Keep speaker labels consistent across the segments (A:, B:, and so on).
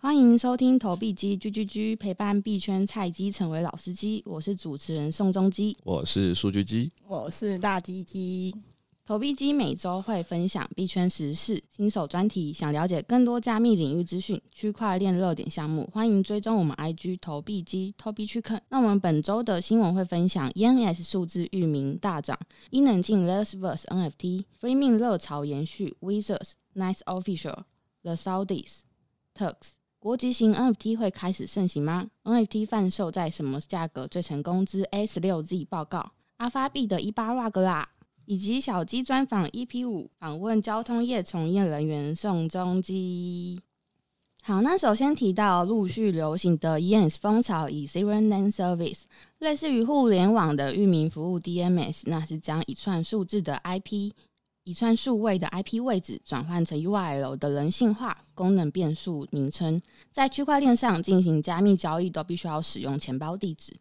A: 欢迎收听投币机 G G G，陪伴币圈菜鸡成为老司机。我是主持人宋仲基。
B: 我是数据机，
C: 我是大鸡鸡，
A: 投币机每周会分享币圈时事、新手专题，想了解更多加密领域资讯、区块链热点项目，欢迎追踪我们 IG 投币机 t o b 去看。那我们本周的新闻会分享 ENS 数字域名大涨，伊能静 Lesverse NFT、Freeman 热潮延续，Wizards、Nice Official、The Saudis、Turks。国际型 NFT 会开始盛行吗？NFT 贩售在什么价格最成功？之 S 六 Z 报告，阿发币的一八 rug 啦。以及小鸡专访 EP 五，访问交通业从业人员宋仲基。好，那首先提到陆续流行的 ENS 风潮，以 Zero Name Service 类似于互联网的域名服务 DNS，那是将一串数字的 IP、一串数位的 IP 位置转换成 URL 的人性化功能变数名称，在区块链上进行加密交易都必须要使用钱包地址。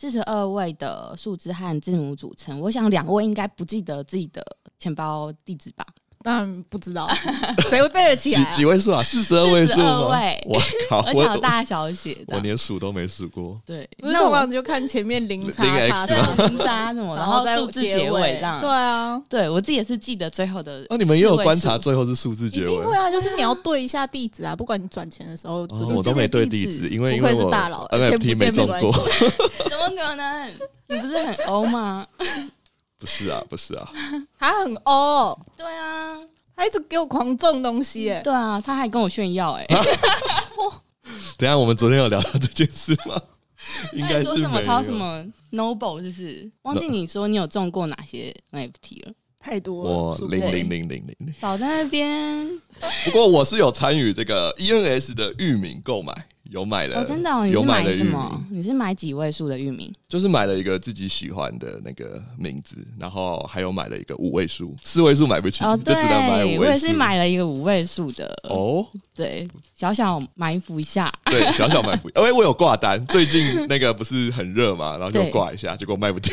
A: 四十二位的数字和字母组成。我想两位应该不记得自己的钱包地址吧？
C: 当然不知道 谁会背得起
B: 几
C: 来、啊
B: 几。位数啊？四十二位数
A: 42
B: 吗？
A: 位
B: 我靠，
A: 而且有
B: 哦我
A: 大小写
B: 我
A: 的。
B: 连数都没数过。
A: 对，
C: 不是通常就看前面零叉
B: 零
C: 叉
B: X
C: 叉
B: 吗，
A: 对零渣 什么，然后
C: 再
A: 数字结尾
C: 尾
A: 这样。
C: 对啊，
A: 对，我自己也是记得最后的。
B: 哦，你们也有观察？最后是数字
C: 一
B: 结
C: 定会
B: 尾？
C: 啊，就是你要对一下地址啊，不管你转钱的时候，
B: 哦，
C: 不
B: 我都没对地
A: 地址
B: 址，因为因
C: 不愧
B: 为
C: 是
B: 我
C: 大佬
B: NFT
C: 钱不见
B: 没中
C: 没
B: 过。
A: 怎么可能？你不是很欧吗？
B: 不是啊，不是啊，
C: 他很哦，
A: 对啊，
C: 他一直给我狂中东西、哎，
A: 对啊，他还跟我炫耀哎，
B: 啊等一下我们昨天有聊到这件事吗？应
A: 他
B: 该
A: 还哎
B: 是
A: 说
B: 没
A: 什么掏
B: 有。
A: 什么 Noble，就是忘记你说你有中过哪些 NFT 了，
C: 太多了。
B: 我
C: 数不
B: 零
C: 过
B: 零零零零零。
A: 少在那边
B: 不过我是有参与这个 ENS 的域名购买，有买了，
A: 哦，真的、哦，你是
B: 有买了
A: 买
B: 域
A: 什
B: 名
A: 么，？你是买几位数的域名？
B: 就是买了一个自己喜欢的那个名字，然后还有买了一个五位数，四位数买不起，
A: 哦，
B: 就
A: 对
B: 只能买五位，数。
A: 我也是买了一个五位数的，
B: 哦，
A: 对，小小埋伏一下，
B: 对，小小卖不掉，因为我有挂单，最近那个不是很热嘛，然后就
A: 对
B: 挂一下，结果卖不掉。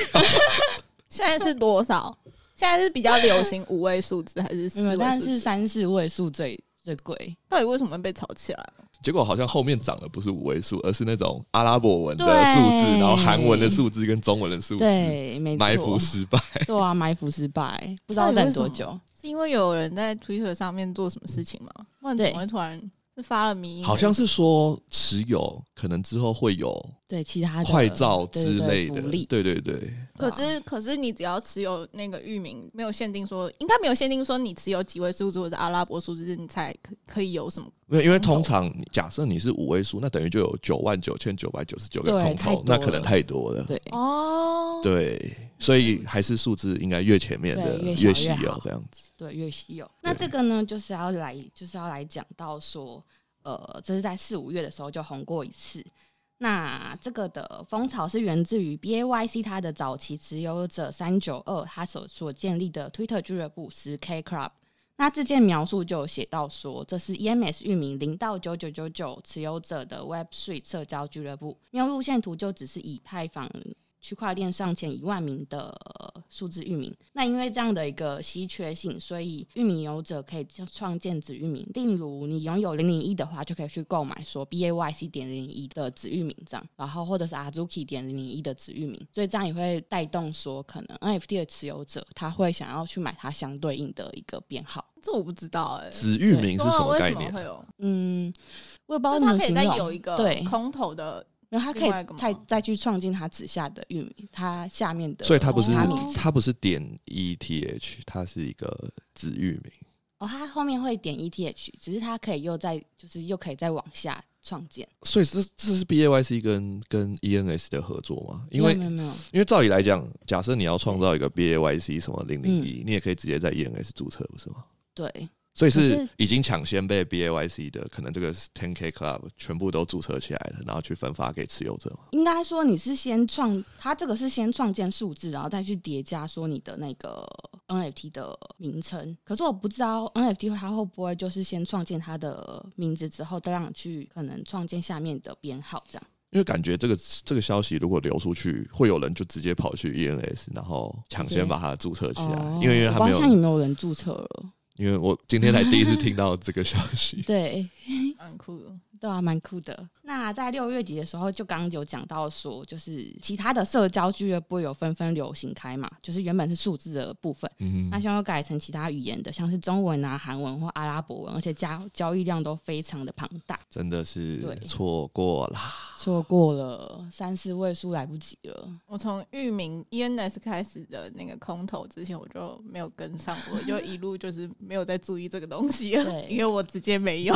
C: 现在是多少？现在是比较流行五位数字还是四
A: 没有，
C: 位
A: 但
C: 数
A: 是
C: 字？
A: 三四位数最最贵，
C: 到底为什么被炒起来？
B: 结果好像后面涨的不是五位数，而是那种阿拉伯文的
A: 对
B: 数字，然后韩文的数字跟中文的数字，
A: 对，没
B: 埋伏
A: 错，
B: 失败。
A: 对啊，埋伏失败，不知道等多久，
C: 是因为有人在 Twitter 上面做什么事情吗？不然怎么会突然是发了迷？
B: 好像是说持有可能之后会有
A: 对其他的
B: 快照之
A: 对
B: 类
A: 对
B: 的
A: 福，利，
B: 对对对，
C: 可
A: 啊
C: 是可是你只要持有那个域名，没有限定说，应该没有限定说你持有几位数字或者阿拉伯数字，你才可可以有什么？
B: 没有，因为通常你假设你是五位数，那等于就有九万九千九百九十九个
A: 对
B: 空
A: 太
B: 头
A: 多，
B: 那可能
A: 了
B: 太多了。
A: 对啊
C: 哦，
B: 对，所以还是数字应该越前面的
A: 对越小
B: 越稀
A: 越
B: 有
A: 好
B: 这样子。
A: 对，越稀有。那这个呢，就是要来，就是要来讲到说，呃，这是在四五月的时候就红过一次。那这个的风潮是源自于 BAYC 它的早期持有者三九二他所所建立的 Twitter 俱乐部十 K Club。那这件描述就有写到说，这是 EMS 域名零到九九九九持有者的 Web Three 社交俱乐部，因为路线图就只是以派访区块链上前一万名的呃数字域名。那因为这样的一个稀缺性，所以域名有者可以创建子域名。例如，你拥有零零一的话，就可以去购买说 BAYC 点零一的子域名这样，然后或者是 Azuki 点零零一的子域名。所以这样也会带动说，可能 NFT 的持有者他会想要去买它相对应的一个编号。
C: 这我不知道哎、
B: 子域名是什么概
C: 中文为什
B: 念
C: 么？会有？
A: 嗯，我也不知道
C: 就
A: 怎
C: 是它
A: 么
C: 可以
A: 形
C: 再
A: 容。
C: 有一个
A: 对，
C: 空头的，
A: 然后它可
C: 另外一个
A: 以
C: 吗
A: 再再去创建它子下的域名，它下面的其
B: 所
A: 他
B: 以它
A: 名
B: 不
A: 字，
B: 是
C: 哦
B: 它不是点 ETH，它是一个子域名。
A: 哦，它后面会点 ETH，只是它可以又在就是又可以再往下创建，
B: 所以这这是 BAYC 跟跟 ENS 的合作嘛？因为
A: 没有没有没有
B: 因为照理来讲，假设你要创造一个 BAYC 什么零零一，
A: 嗯
B: 你也可以直接在 ENS 注册，不是吗？
A: 对
B: 所以
A: 可
B: 是
A: 是
B: 已经抢先被 BAYC 的可能这个 10K Club 全部都注册起来了，然后去分发给持有者嘛。
A: 应该说你是先创，它这个是先创建数字，然后再去叠加说你的那个 NFT 的名称。可是我不知道 NFT 它会不会就是先创建它的名字之后，再让你去可能创建下面的编号这样。
B: 因为感觉这个这个消息如果流出去，会有人就直接跑去 ENS，然后抢先把它注册起来，因为因为他
A: 哦我
B: 没
A: 好像也
B: 有，
A: 没有人注册了。 。
B: 因为我今天才第一次听到这个消息
A: 对
C: 蛮酷的。
A: 对啊，蛮酷的。那在六月底的时候，就刚刚有讲到说，就是其他的社交俱乐部有纷纷流行开嘛，就是原本是数字的部分，
B: 嗯
A: 那
B: 哼，
A: 现在又改成其他语言的，像是中文啊、韩文或阿拉伯文，而且交交易量都非常的庞大，
B: 真的是
A: 对
B: 错过啦。
A: 错过了三四位数来不及了。
C: 我从域名 ENS 开始的那个空投之前，我就没有跟上，我就一路就是没有再注意这个东西了，
A: 对
C: 因为我直接没有。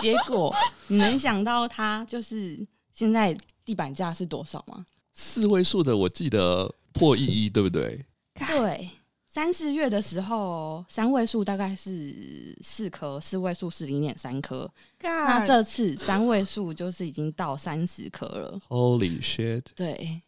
A: 结果你能想到它就是现在地板价是多少吗？
B: 四位数的，我记得破一一，对不对？
A: 对，三四月的时候，哦三位数大概是四颗，四位数是零点三颗。那
C: 那
A: 这 次三位数就是已经到三十颗了，
B: Holy shit！
A: 对，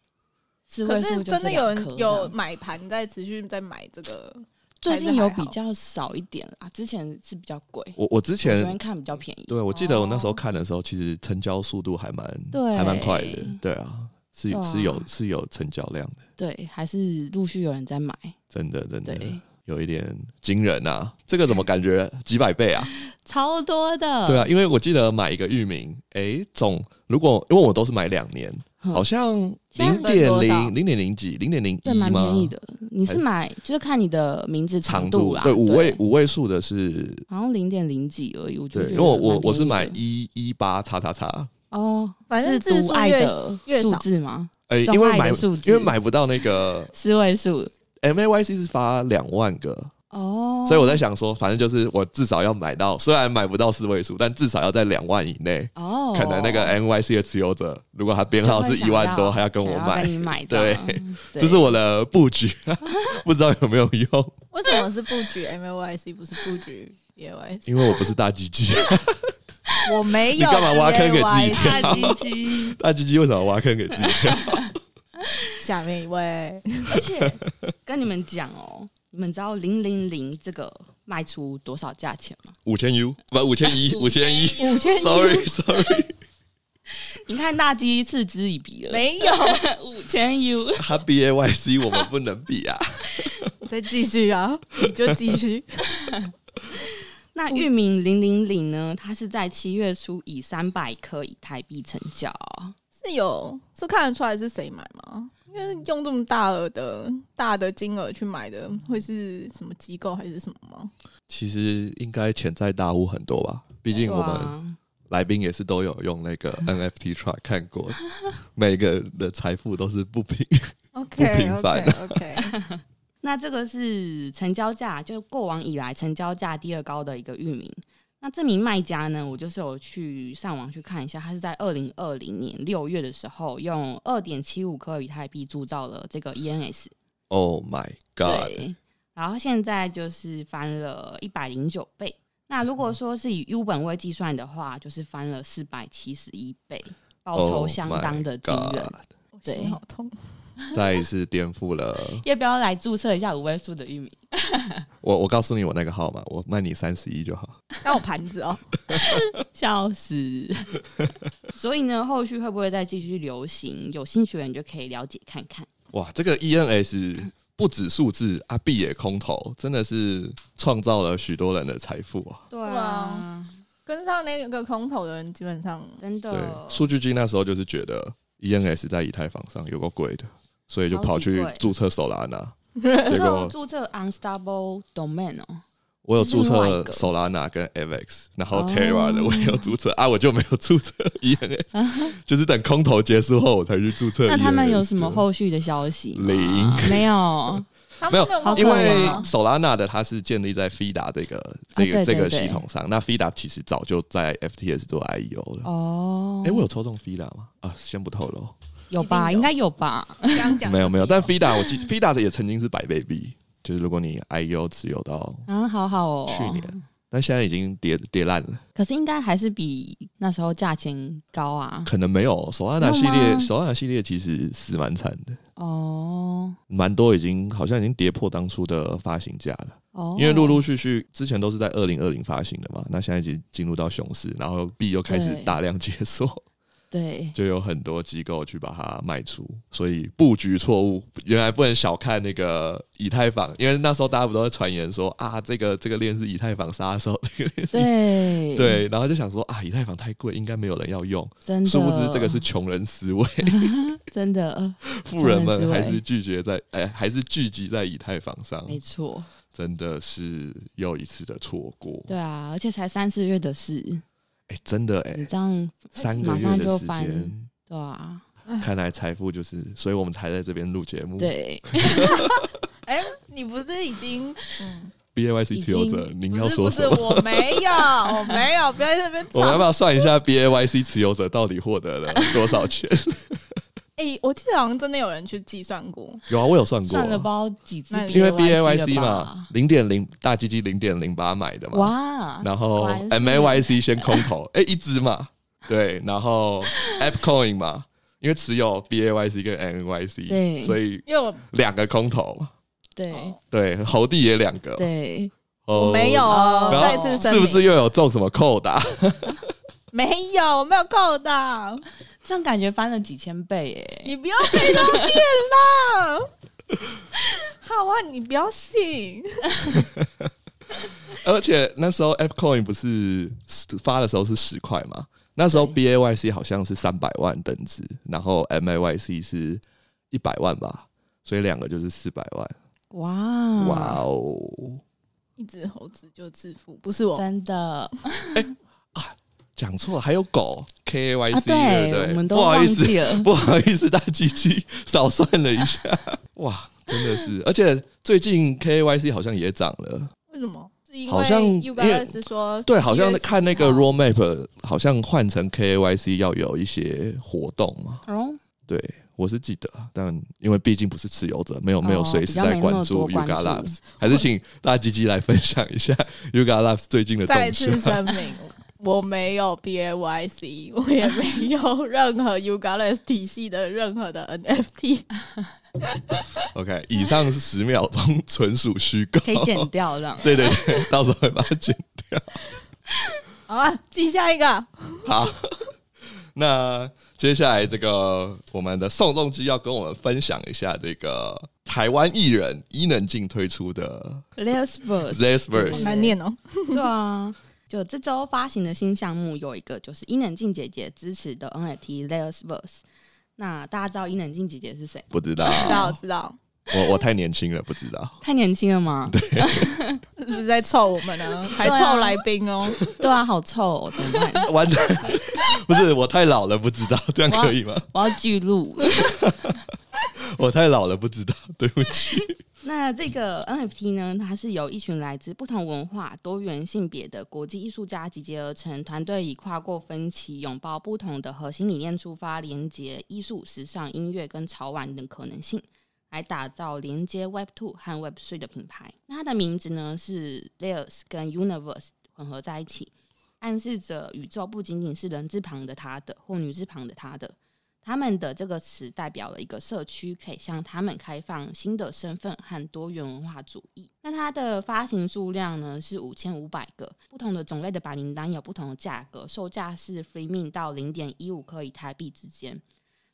A: 四
C: 可
A: 位
C: 是
A: 数就
C: 真的有
A: 两颗
C: 人
A: 这样
C: 有买盘在持续在买这个，
A: 最
C: 还
A: 近
C: 是还
A: 有
C: 好
A: 比较少一点啦，之前是比较贵，
B: 我我之
A: 我昨天
B: 前
A: 看比较便宜。
B: 对我记得我那时候
C: 哦
B: 看的时候，其实成交速度还蛮
A: 对
B: 还蛮快的，对啊，是有
A: 对啊
B: 是有是有成交量的，
A: 对，还是陆续有人在买。
B: 真的真的
A: 对，
B: 有一点惊人啊！这个怎么 感觉几百倍啊？
A: 超多的。
B: 对啊，因为我记得买一个域名，诶，总如果因为我都是买两年，
A: 嗯
B: 好像
A: 现在
B: 零
A: 分
B: 点
C: 多少
B: 零零点零几零点零
A: 对，
B: 一
A: 蛮便宜
B: 吗？
A: 的。你是买就是看你的名字
B: 长
A: 度
B: 度
A: 啦，
B: 对五位
A: 对，
B: 五位数的是
A: 好像零点零几而已，我就
B: 对，
A: 觉
B: 因
A: 得
B: 为我我我是
A: 蛮
B: 买
A: 便宜的
B: 一一八叉叉叉，
A: 哦，
C: 反正
A: 是
C: 字数
A: 独爱
C: 越
A: 的
C: 越
A: 数
C: 少
A: 字吗？
B: 哎，
A: 中
B: 因为
A: 爱的
B: 买
A: 数字
B: 因为买不到那个
A: 四位数
B: M A Y C 是发两万个，
A: 哦，
B: 所以我在想说，反正就是我至少要买到，虽然买不到四位数，但至少要在两万以内。
A: 哦，
B: 可能那个 M Y C 的持有者，如果他编号是一万多，还要跟我
A: 想要
B: 买
A: 跟，你 买
B: 对
A: 这样，
B: 这是我的 布局，不知道有没有用，
C: 为什么是布局 MLYC 不是布局 EYC？
B: 因为我不是大鸡鸡，
C: 我没
B: 你
C: 有，
B: 干嘛挖坑给自己
C: EYC
B: 跳
A: 鸡鸡，
B: 大鸡鸡为什么挖坑给自己跳？
C: 下面一位，
A: 而且跟你们讲哦，你们知道零零零这个卖出多少价钱 吗？
B: 五千 U 不五千一五千一
C: 五千
B: ，sorry sorry，
A: 你看大鸡嗤之以鼻了，
C: 没有，
A: 五千 U，
B: 他 B A Y C 我们不能比啊，
C: 再继续啊，你就继续。
A: 那域名零零零呢？它是在七月初以三百颗以太币成交，
C: 是有是看得出来是谁买吗？因为用这么大额的大的金额去买的，会是什么机构还是什么吗？
B: 其实应该潜在大户很多吧，毕竟我们
A: 哇
B: 来宾也是都有用那 个 NFT chart 看过，每个人的财富都是不平。
C: OK
B: 平
C: OK
B: 凡啊
C: OK，
A: 那这个是成交价，就过往以来成交价第二高的一个域名。那这名卖家呢，我就是有去上网去看一下，他是在二零二零年六月的时候，用二点七五颗以太币铸造了这个 ENS，
B: Oh my god！
A: 对，然后现在就是翻了一百零九倍。那如果说是以 U 本位计算的话，就是翻了四百七十一倍，报
B: Oh
A: 酬相
B: my
A: 当的惊人。
B: god，
C: 我
A: 对
C: 心好痛。
B: 再一次颠覆了
A: 要不要来注册一下五位数的域名？
B: 我。我告诉你我那个号码，我卖你三十一就好。
C: 当我盘子哦，
A: 笑 死！所以呢，后续会不会再继续流行？有兴趣的人就可以了解看看。
B: 哇，这个 ENS 不止数字啊，币也空投，真的是创造了许多人的财富啊。
A: 对
C: 啊，跟上那个空投的人，基本上
A: 真
B: 对
A: 的，。
B: 数据机那时候就是觉得 ENS 在以太坊上有够贵的，所以就跑
A: 超级
B: 去
A: 贵
B: 注册 Solana，
A: 注
B: 结
A: 册
B: 果
A: 注册 unstable domain 哦，
B: 我有注
A: 是另外
B: 册
A: 一个
B: Solana 跟 AVAX，然后
A: 哦
B: Terra 的我也有注册、啊，我就没 有注册 ENS，就是等空投结束后我才去注册。E
A: 那他们有什么？后续的消息吗？
B: 零
A: 没有。
C: 他
B: 没
C: 们
B: 有
C: 没有
A: 好
C: 忘，记
B: 因
A: 可
C: 我
A: 怜
B: 为
A: 哦
B: Solana 的它是建立在 FIDA 这个这个、
A: 啊对对
B: 这个
A: 对
B: 系统上，那 FIDA 其实早就在 FTS 做 IEO 了。
A: 哦
B: 哎、，我有抽中 FIDA 吗？啊，先不透露，
A: 有吧？
C: 一定有
A: 应该有吧？
C: 这样讲
B: 没有没有，但
C: 非
B: FIDA 我记 FIDA 也曾经是百倍币，就是如果你 IEO 持有到
A: 啊，好好哦。
B: 去年，，但现在已经跌跌烂了。
A: 可是应该还是比那时候价钱高啊。
B: 可能没有手拉
A: 没
B: 拿
A: 有
B: 系列，
A: 吗
B: 手拉拿系列其实死蛮惨的，
A: 哦
B: 蛮多已经好像已经跌破当初的发行价了。
A: 哦，
B: 因为陆陆续续之前都是在二零二零发行的嘛，那现在已经进入到熊市，然后币又开始
A: 对
B: 大量解锁，
A: 对，
B: 就有很多机构去把它卖出，所以布局错误。原来不能小看那个以太坊，因为那时候大家不都在传言说啊，这个这个链是以太坊杀手，这个链是
A: 对，
B: 以对，然后就想说啊，以太坊太贵，应该没有人要用。
A: 真的，
B: 殊不知这个是穷人思维，
A: 真的，
B: 富人
A: 穷人思
B: 们
A: 维
B: 还是拒绝在哎、还是聚集在以太坊上，
A: 没错，
B: 真的是又一次的错过。
A: 对啊，而且才三四月的事，
B: 哎、真的哎、
A: 你这样
B: 三个
A: 马
B: 月
A: 上
B: 的
A: 就
B: 时
A: 翻
B: 间，
A: 对啊，
B: 看来财富就是，所以我们才在这边录节目。
A: 对，
C: 哎、你不是已经？嗯，
B: B A Y C
A: 已
B: 持有
A: 经
B: 者，您
C: 不
B: 要
C: 是
B: 说
C: 不
B: 什
C: 是，
B: 么？
C: 我没 有，我没有，不要在那边
B: 我们要
C: 吵。
B: 不要算一下 B A Y C 持有者到底获 得了多少钱？
C: 哎、我记得好像真的有人去计算过，
B: 有啊，我有算过
A: 算，了包几次
C: 那
A: BAYC 了吧，
B: 因为 B A Y C 嘛，零点零大鸡鸡零点零八买的嘛，
C: 啊
A: 哇，
B: 然后
A: 果然是
B: M A Y C 先空投，哎，一只嘛，对，然后 App Coin 嘛，因为持有 B A Y C 跟 M A Y C，
A: 对
B: 所以
C: 因为我
B: 两个空投嘛，
A: 对
B: 对，猴帝也两个，
A: 对，
B: 哦
C: 我没有哦，
B: 然后
C: 再次
B: 是
C: 声
B: 不
C: 明
B: 是又有中什么扣打？
C: 没有？我没有扣到，
A: 这样感觉翻了几千倍耶，
C: 你不要被他骗了。 好啊，你不要信。
B: 而且那时候 F Coin 不是发的时候是十块嘛？那时候 B A Y C 好像是三百万等值，然后 M A Y C 是一百万吧，所以两个就是四百万。
A: 哇
C: 嗯
B: 哇，哦！
C: 一只猴子就致富，不是我。
A: 真的
B: 讲错了，还有狗 K A Y
A: 啊
B: C，、对不
A: 我
B: 对？
A: 们都
B: 不好
A: 忘
B: 意思，
A: 记了，
B: 不好意思，大鸡鸡少算了一下。 哇，真的是，而且最近 K A Y C 好像也涨
A: 啊
B: 了。
C: 为什么？是因
B: 好像
C: 为 U
B: 因为
C: S 说
B: 对，好像
C: 7月
B: 看那个
C: 17号
B: roadmap，好像换成 K A Y C 要有一些活动嘛。
A: 哦，
B: 对，我是记得啊，但因为毕竟不是持有者，没有没有
A: 哦
B: 随
A: 比
B: 时
A: 较
B: 在
A: 没那
B: 关
A: 么
B: 注
A: 多
B: Yuga
A: 关
B: Labs，还是请大鸡鸡来分享一下 Yuga Labs 最近的
C: 再
B: 动
C: 次
B: 向。
C: 声明， 我没有 B A Y C，我也没有任何 U G S 体系的任何的 N F T。
B: OK，以上是十秒钟纯属虚构，。
A: 可以剪掉这样
B: 对对对，到时候会把它剪掉。
C: 好啊，记下一个。
B: 好，那接下来这个我们的宋仲基要跟我们分享一下这个台湾艺人伊能静推出的
A: Let's verse，
B: z e s v e r
A: 好
B: s
A: 难
C: 难
A: 念
C: 念哦，
A: 对啊，就这周发行的新项目有一个就是伊能静姐姐支持的 NFT Layers Verse。那大家知道伊能静姐姐是谁？
B: 不知道，
C: 知道知道，
B: 我我太年轻了，不知道。
A: 太年轻了吗？对
C: 是不是在臭我们呢？还
A: 对啊
C: 臭来宾哦，
A: 啊，好臭、哦，怎么办？
B: 完蛋， 不是我太老了，不知道这样可以吗？
A: 我要记录。
B: 我太老了，不知道，对不起。
A: 那这个 NFT 呢，它是由一群来自不同文化、多元性别的国际艺术家集结而成，团队以跨过分歧、拥抱不同的核心理念出发，连接艺术、时尚、音乐跟潮玩等可能性，来打造连接 Web Two 和 Web Three 的品牌。那它的名字呢是 Layers 跟 Universe 混合在一起，暗示着宇宙不仅仅是人字旁的他的或女字旁的他的，他们的这个词代表了一个社区可以向他们开放新的身份和多元文化主义。那它的发行数量呢是五千五百个，不同的种类的白名单有不同的价格，售价是 free min 到零点一五颗以太币之间。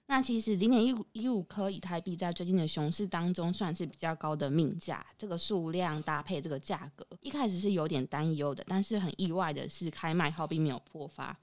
A: 那其实零点一五一五颗以太币在最近的熊市当中算是比较高的命价，这个数量搭配这个价格，一开始是有点担忧的，但是很意外的是开卖后并没有破发，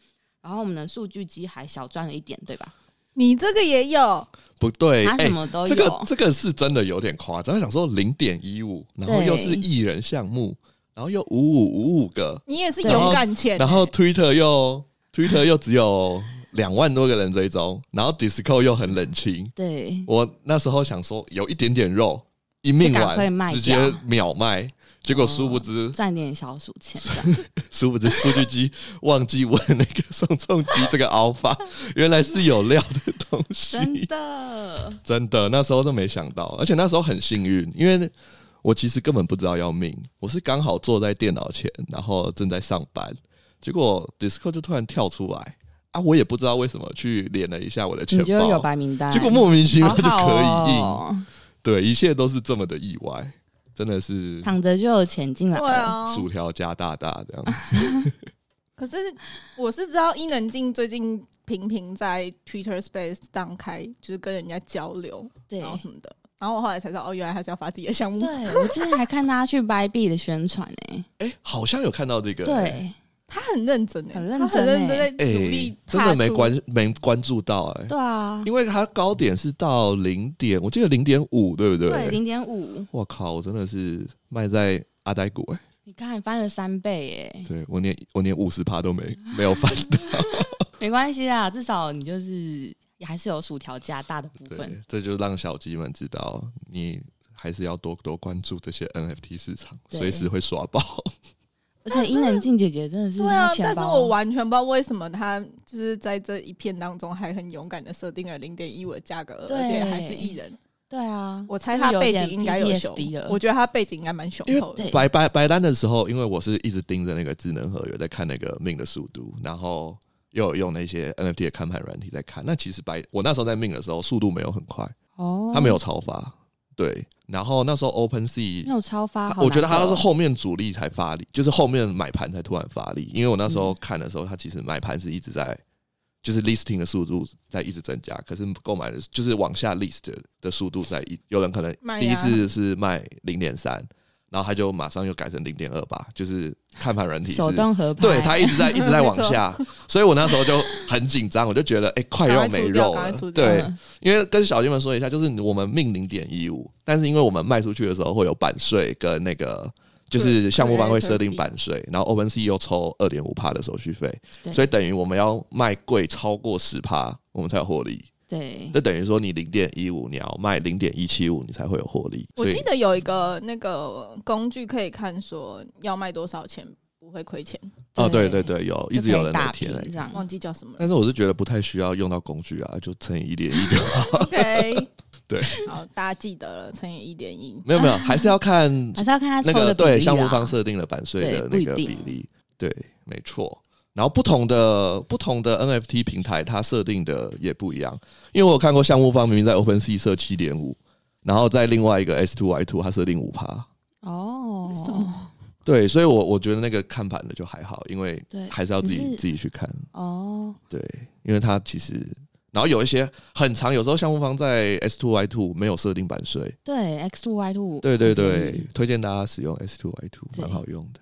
A: 然后我们的数据机还小赚了一点，对吧？
C: 你这个也有，
B: 不对，
A: 他
B: 哎、
A: 什么都有，
B: 这个这个是真的有点夸张。我想说零点一五，然后
A: 对
B: 又是艺人项目，然后又五五五五个，
C: 你也是勇敢钱。
B: 然后 Twitter 又 Twitter 又只有两万多个人追踪，然后 Disco 又很冷清。
A: 对
B: 我那时候想说有一点点肉，一命
A: 就赶快卖
B: 完
A: 掉
B: 直接秒卖，结果殊不知
A: 赚点小数 钱这样，
B: 哦殊不知 数据机忘记问那个 宋仲基这个 alpha，原来是有料的东西，
A: 真的
B: 真的那时候都没想到，而且那时候很幸运，因为我其实根本不知道要命，我是刚好坐在电脑前，然后正在上班，结果 Discord 就突然跳出来啊，我也不知道为什么去连了一下我的钱
A: 你就 有
B: 包，
A: 白名单，
B: 结果莫名其妙
A: 好
B: 就可
A: 好
B: 以印，
A: 哦，
B: 对，一切都是这么的意外，真的是
A: 躺着就有钱进来
C: 对
A: 了，
C: 啊，
B: 薯条加大大这样子。
C: 可是我是知道伊能静最近频频在 Twitter Space 当开，就是跟人家交流，
A: 对
C: 然后啊什么的。然后我后来才知道，哦，原来他是要发自己的项目。
A: 对，我之前还看他去 b 币的宣传诶、
B: 哎、好像有看到这个、哎，
A: 对
C: 他很认真欸，
A: 很认
C: 他
A: 真
C: 很认真
A: 欸
C: 在努力
B: 哎真
C: 踏出，
B: 的没关没关注到哎、
A: 对啊，
B: 因为它高点是到零点，我记得零点五，对不
A: 对
B: 对？
A: 零点五，
B: 我靠，我真的是卖在阿呆股哎、
A: 你看翻了三倍欸诶、
B: 对我连我连五十趴都没
A: 啊
B: 没有翻到，
A: 没关系啦，至少你就是也还是有薯条加大的部分
B: 对，，这就让小鸡们知道你。还是要多多关注这些 NFT 市场，
A: 对
B: 随时会刷爆。
A: 而且伊能静姐姐真的是
C: 对啊
A: 她，钱
C: 但是
A: 包，
C: 我完全不知道为什么他就是在这一片当中还很勇敢的设定了零点一五的价格，
A: 对
C: 而且还是艺人。
A: 对啊，
C: 我猜他
A: 是不是
C: 背
A: 有
C: 景
A: 点
C: 应该有熊
A: PTSD 了，
C: 我觉得他背景应该蛮雄厚的
A: 因。为
B: 白白白单的时候，因为我是一直盯着那个智能合约在看那个命的速度，然后又有用那些 NFT 的看盘软体在看。那其实白我那时候在命的时候，速度没有很快，
A: 哦，
B: 它没有超发。对，然后那时候 Open Sea
A: 没有超发，好
B: 啊我觉得
A: 难
B: 它
A: 过
C: 哦
A: 哦
B: 是后面主力才发力，就是后面买盘才突然发力。因为我那时候看的时候，它其实买盘是一直在，就是 listing 的速度在一直增加，可是购买的就是往下 list 的的速度在一，有人可能
C: 卖
B: 第一
C: 呀
B: 次是卖零点三，然后他就马上又改成零点二八，就是看盘软体是
A: 手。动合拍，
B: 对，它一直在一直在往
C: 没错
B: 下，所以我那时候就很紧张，我就觉得哎、快
C: 赶
B: 要
C: 快
B: 没
C: 出掉
B: 肉
C: 赶快
B: 了
C: 出，掉
B: 对，
A: 嗯
B: 因为跟小金们说一下，就是我们命零点一五，但是因为我们卖出去的时候会有版税跟那个，就是项目方会设定版税，然后 OpenSea 又抽二点五帕的手续费，
A: 对
B: 所以等于我们要卖贵超过十帕，我们才有获利。
A: 对
B: 这等于说你零点一五，你要卖零点一七五，你才会有获利。
C: 我
B: 所
C: 记
B: 以
C: 得有一个那个工具可以看说要卖多少钱不会亏钱，
B: 哦，对对，对，有一直有人
A: 打
B: 在贴那
A: 这
B: 个。嗯
A: 样，
C: 忘记叫什 么了。
B: 但是我是觉得不太需要用到工具啊，就乘以一点一 就
C: OK，
B: 对，
C: 好，大家记得了，乘以一点一。
B: 没有没有，还是要看
A: 还是要看他
B: 那
A: 抽
B: 个
A: 的比例
B: 对
A: 啊
B: 项目方设定了版税的那
A: 对
B: 个
A: 不一
B: 比
A: 定
B: 例，对，没错。然后不同的不同的 NFT 平台，它设定的也不一样。因为我有看过项目方明明在 OpenSea 设七点五，然后在另外一个 S Two Y Two 它设定五趴，
A: 哦，
C: 什么？
B: 对，所以我我觉得那个看盘的就还好，因为
A: 对
B: 还是要自
A: 可
B: 己
A: 是
B: 自己去看，
A: 哦，
B: 对，因为它其实然后有一些很长，有时候项目方在 S Two Y Two 没有设定版税，
A: 对，X two Y two，
B: 对对对，，推荐大家使用 S two Y two，
A: 对
B: 蛮好用的。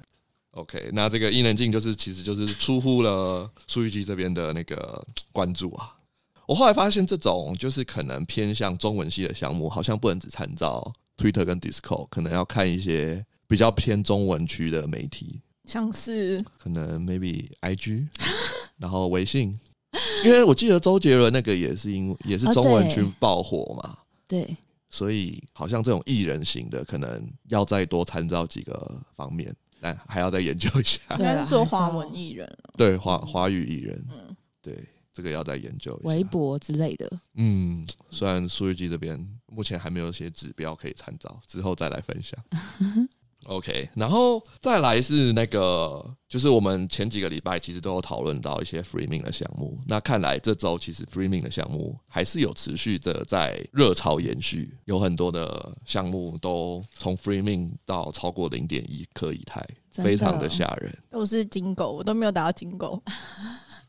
B: OK，那这个伊能静就是其实就是出乎了数据机这边的那个关注啊。我后来发现，这种就是可能偏向中文系的项目，好像不能只参照 Twitter 跟 Discord，可能要看一些比较偏中文区的媒体，
C: 像是
B: 可能 maybe IG，然后微信，因为我记得周杰伦那个也是因为也是
A: 啊
B: 中文
A: 对
B: 区爆火嘛。
A: 对
B: 所以好像这种艺人型的，可能要再多参照几个方面，但还要再研究一 下。
C: 应
A: 对
C: 该
A: 啊，
C: 是说
A: 还
C: 华
A: 要
C: 文艺人了，
B: 对，华华语艺人，
C: 嗯，
B: 对这个要再研究一
A: 微
B: 下。
A: 博之类的，
B: 嗯，虽然数据机这边目前还没有一些指标可以参照，之后再来分享。OK，然后再来是那个，就是我们前几个礼拜其实都有讨论到一些 Freeming 的项目，那看来这周其实 Freeming 的项目还是有持续的在热潮延续，有很多的项目都从 Freeming 到超过零点一颗以太，
A: 真的
B: 非常的吓人。
C: 都是金狗，我都没有打到金狗，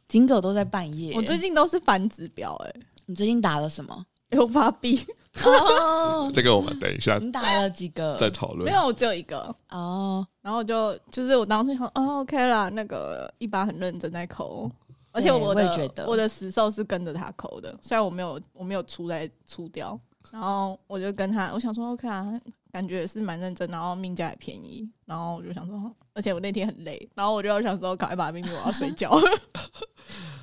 A: 金狗都在半夜。
C: 我最近都是反指标，哎，
A: 你最近打了什 么？
C: 有发币，
B: 啊
A: 哦，
B: 这个我们等一 下
A: 你打了几个？
B: 再讨论
C: 没。有，我只有一个。
A: 哦，
C: 然后就就是我当时想，哦，OK 啦，那个一把很认真在抠，而且
A: 对
C: 我
A: 我也觉
C: 的
A: 得
C: 我的死兽是跟着他抠的，虽然我没有我没有出来出掉，然后我就跟他，我想说 OK 啊，感觉也是蛮认真，然后命价也便宜，然后我就想说，而且我那天很累，然后我就想说，赶快把命币我要睡觉 了，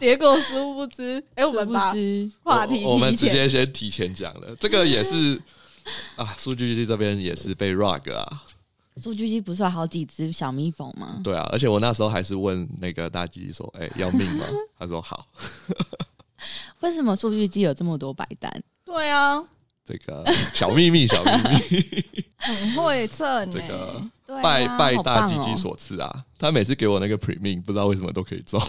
C: 结果殊不知，哎、我们把
A: 殊不知
C: 话题
B: 我我们
C: 提
B: 直
C: 前
B: 接先提前讲了，这个也是啊，数据机这边也是被 rug 啊，
A: 数据机不是有好几只小蜜蜂吗？
B: 对啊，而且我那时候还是问那个大鸡说，哎、要命吗？他说好，
A: 为什么数据机有这么多白单？
C: 对啊，
B: 这 个小秘密，小秘密，
C: 很会蹭、欸，
B: 这个
A: 对啊
B: 拜
C: 哦
B: 拜
A: 好
B: 大
A: 棒
B: 鸡鸡所赐啊，他每次给我那个 pre 命，不知道为什么都可以中，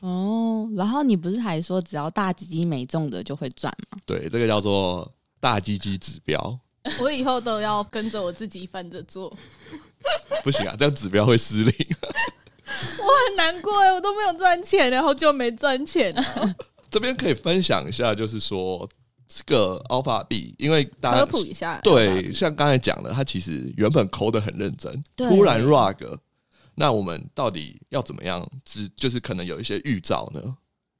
A: 哦。哦，然后你不是还说只要大鸡鸡没中的就会赚吗？
B: 对，这个叫做大鸡鸡指标，
C: 我以后都要跟着我自己反着做。
B: 不行啊，这样指标会失灵。
C: 很难过哎，我都没有赚钱了，好久没赚钱了。
B: 这边可以分享一下，就是说这个 Alpha B，因为大家
C: 科普一下，
B: 对，像刚才讲的，他其实原本抠的很认真，
A: 对
B: 突然 rug，那我们到底要怎么样知？就是可能有一些预兆呢？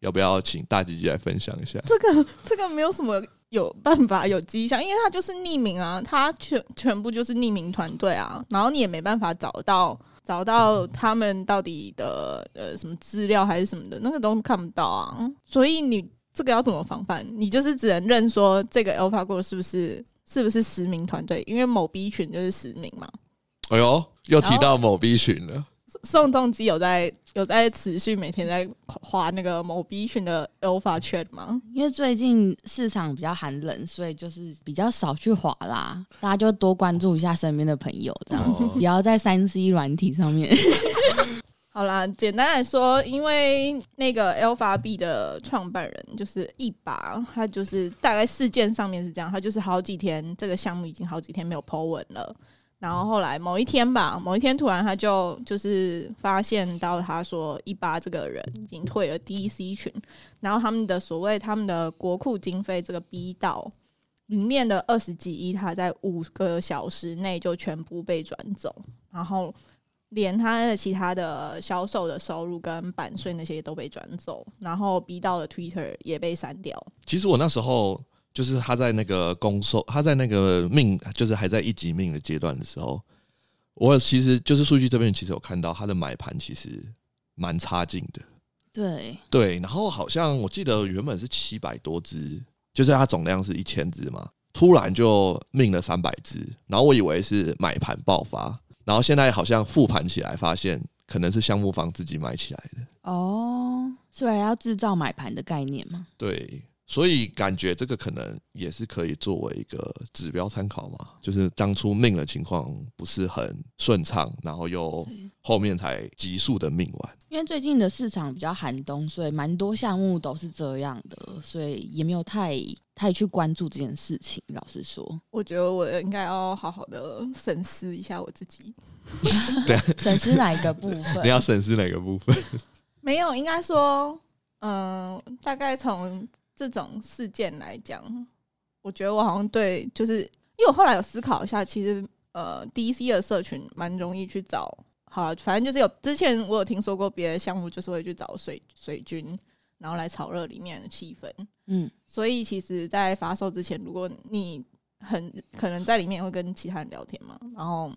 B: 要不要请大吉吉来分享一下？
C: 这个这个没有什么有办法有迹象，因为他就是匿名啊，他全全部就是匿名团队啊，然后你也没办法找到找到他们到底的呃什么资料还是什么的，那个都看不到啊，所以你这个要怎么防范？你就是只能认说这个 AlphaGo 是不是是不是实名团队，因为某 B 群就是实名嘛。
B: 哎呦，又提到某 B 群了，
C: 宋仲基有在有在持续每天在划那个某 B 群的 Alpha Chat 吗？
A: 因为最近市场比较寒冷，所以就是比较少去滑啦，大家就多关注一下身边的朋友，这样、
B: 哦
A: 不要在三 C 软体上面。
C: 好啦，简单来说，因为那个 Alpha B 的创办人就是一把，他就是大概事件上面是这样，他就是好几天这个项目已经好几天没有 Po 文了，然后后来某一天吧，某一天突然他就就是发现到他说一八这个人已经退了 DC 群，然后他们的所谓他们的国库经费这个 B 道里面的二十几亿，他在五个小时内就全部被转走，然后连他的其他的销售的收入跟版税那些都被转走，然后 B 道的 Twitter 也被删掉。
B: 其实我那时候就是他在那个公售，他在那个命，就是还在一级命的阶段的时候，我其实就是数据这边其实有看到他的买盘其实蛮差劲的。
A: 对，
B: 对，然后好像我记得原本是七百多只，就是它总量是一千只嘛，突然就命了三百只，然后我以为是买盘爆发，然后现在好像复盘起来发现可能是项目方自己买起来的，
A: 哦，是为了要制造买盘的概念吗？
B: 对，所以感觉这个可能也是可以作为一个指标参考嘛，就是当初命的情况不是很顺畅，然后又后面才急速的命完。
A: 因为最近的市场比较寒冬，所以蛮多项目都是这样的，所以也没有太太去关注这件事情。老实说，
C: 我觉得我应该要好好的审视一下我自己。
A: 损失哪一个部
B: 啊你
A: 分？
B: 要审视哪个部分？
C: 没有，应该说，嗯、大概从这种事件来讲，我觉得我好像对，就是因为我后来有思考一下，其实呃，DC 的社群蛮容易去找，好，反正就是有之前我有听说过别的项目，就是会去找水水军，然后来炒热里面的气氛。
A: 嗯，
C: 所以其实，在发售之前，如果你很可能在里面会跟其他人聊天嘛，然后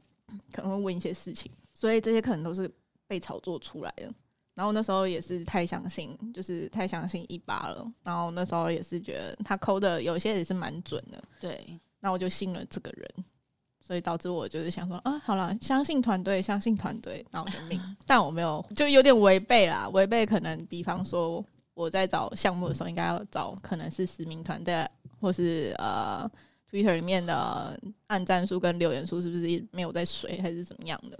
C: 可能会问一些事情，所以这些可能都是被炒作出来的。然后那时候也是太相信，就是太相信一八了。然后那时候也是觉得他抠的有些也是蛮准的，
A: 对，
C: 那我就信了这个人，所以导致我就是想说啊，好了，相信团队，相信团队，那我就命。但我没有，就有点违背啦，违背可能，比方说我在找项目的时候，应该要找可能是实名团队，或是呃 Twitter 里面的按赞数跟留言数是不是没有在水，还是怎么样的？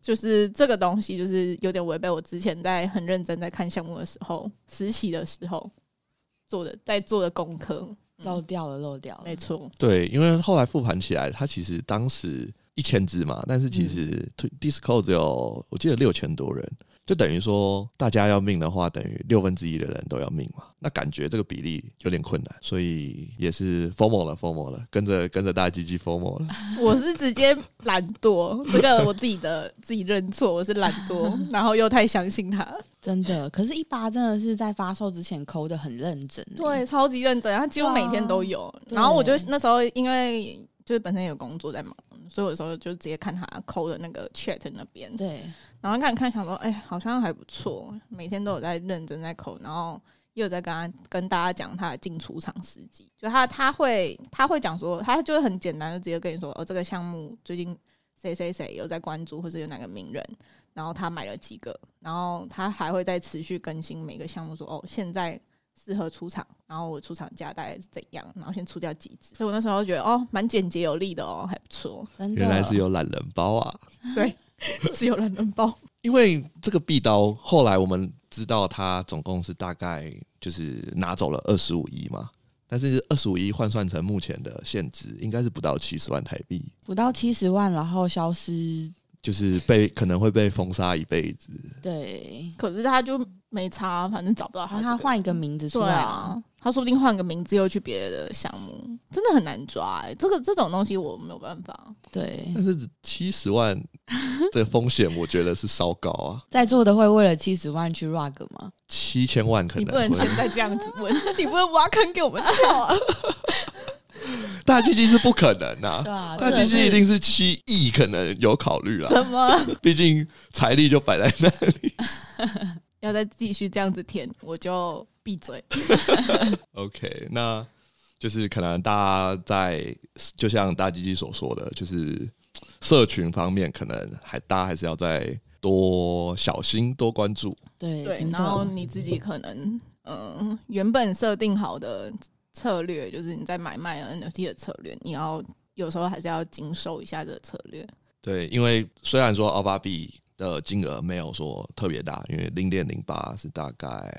C: 就是这个东西，就是有点违背我之前在很认真在看项目的时候，实习的时候做的在做的功课。嗯
A: 漏掉了，漏掉了。
C: 没错，
B: 对，因为后来复盘起来，它其实当时一千只嘛，但是其实 Disco 只有我记得六千多人，就等于说大家要命的话，等于六分之一的人都要命嘛。那感觉这个比例有点困难，所以也是 formal 了，formal 了，跟着跟着大鸡鸡 formal 了。
C: 我是直接懒惰，这个我自己的自己认错，我是懒 惰，然后又太相信他，
A: 真的，可是，一八真的是在发售之前抠的很认真、欸。
C: 对，超级认真，他几乎每天都有。
A: 对
C: 然后我就那时候因为就是本身有工作在忙，所以有时候就直接看他扣的那个 chat 那边，
A: 对，
C: 然后看看想说，哎、好像还不错，每天都有在认真在扣，然后也有在跟他跟大家讲他的进出场时机，就他他会他会讲说，他就会很简单就直接跟你说，哦，这个项目最近谁谁谁有在关注，或者有哪个名人，然后他买了几个，然后他还会再持续更新每个项目说，哦，现在。适合出场，然后我出场价大概是怎样，然后先出掉几只，所以我那时候觉得哦，蛮简洁有力的哦，还不错，
A: 真的
B: 原来是有懒人包啊！
C: 是有人能包，
B: 因为这个壁刀，后来我们知道它总共是大概就是拿走了二十五亿嘛，但是二十五亿换算成目前的现值，应该是不到七十万台币。
A: 不到七十万，然后消失
B: 就是被可能会被封杀一辈子。
A: 对，
C: 可是他就没差，啊反正找不到
A: 然后
C: 他、
A: 他换一啊个名字出
C: 对
A: 来
C: 啊，他说不定换个名字又去别的项目，真的很难抓、欸。这个这种东西我没有办法。嗯
A: 对，啊
B: 但是七十万的风险，我觉得是稍高啊，
A: 在座的会为了七十万去 rug 吗？
B: 七千万可
C: 你
B: 能
C: 不能
B: 会
C: 现。在这样子问， 你不能挖坑给我们跳啊！
B: 大基金是不可能 啊，
A: 对啊，
B: 大
A: 这个
B: 基金一
A: 是
B: 定是七亿，可能有考虑啦。
C: 什么？
B: 毕竟财力就摆在那。
C: 要再继续这样子填，我就闭嘴。
B: OK，那就是可能大家在就像大鸡鸡所说的，就是社群方面，可能还大家还是要再多小心、多关注。
A: 对
C: 对
A: 真，的
C: 然后你自己可能，嗯、原本设定好的策略，就是你在买卖 NFT 的策略，你要有时候还是要经收一下这个策略。
B: 对，因为虽然说奥巴币的金额没有说特别大，因为零点零八是大概
A: 啊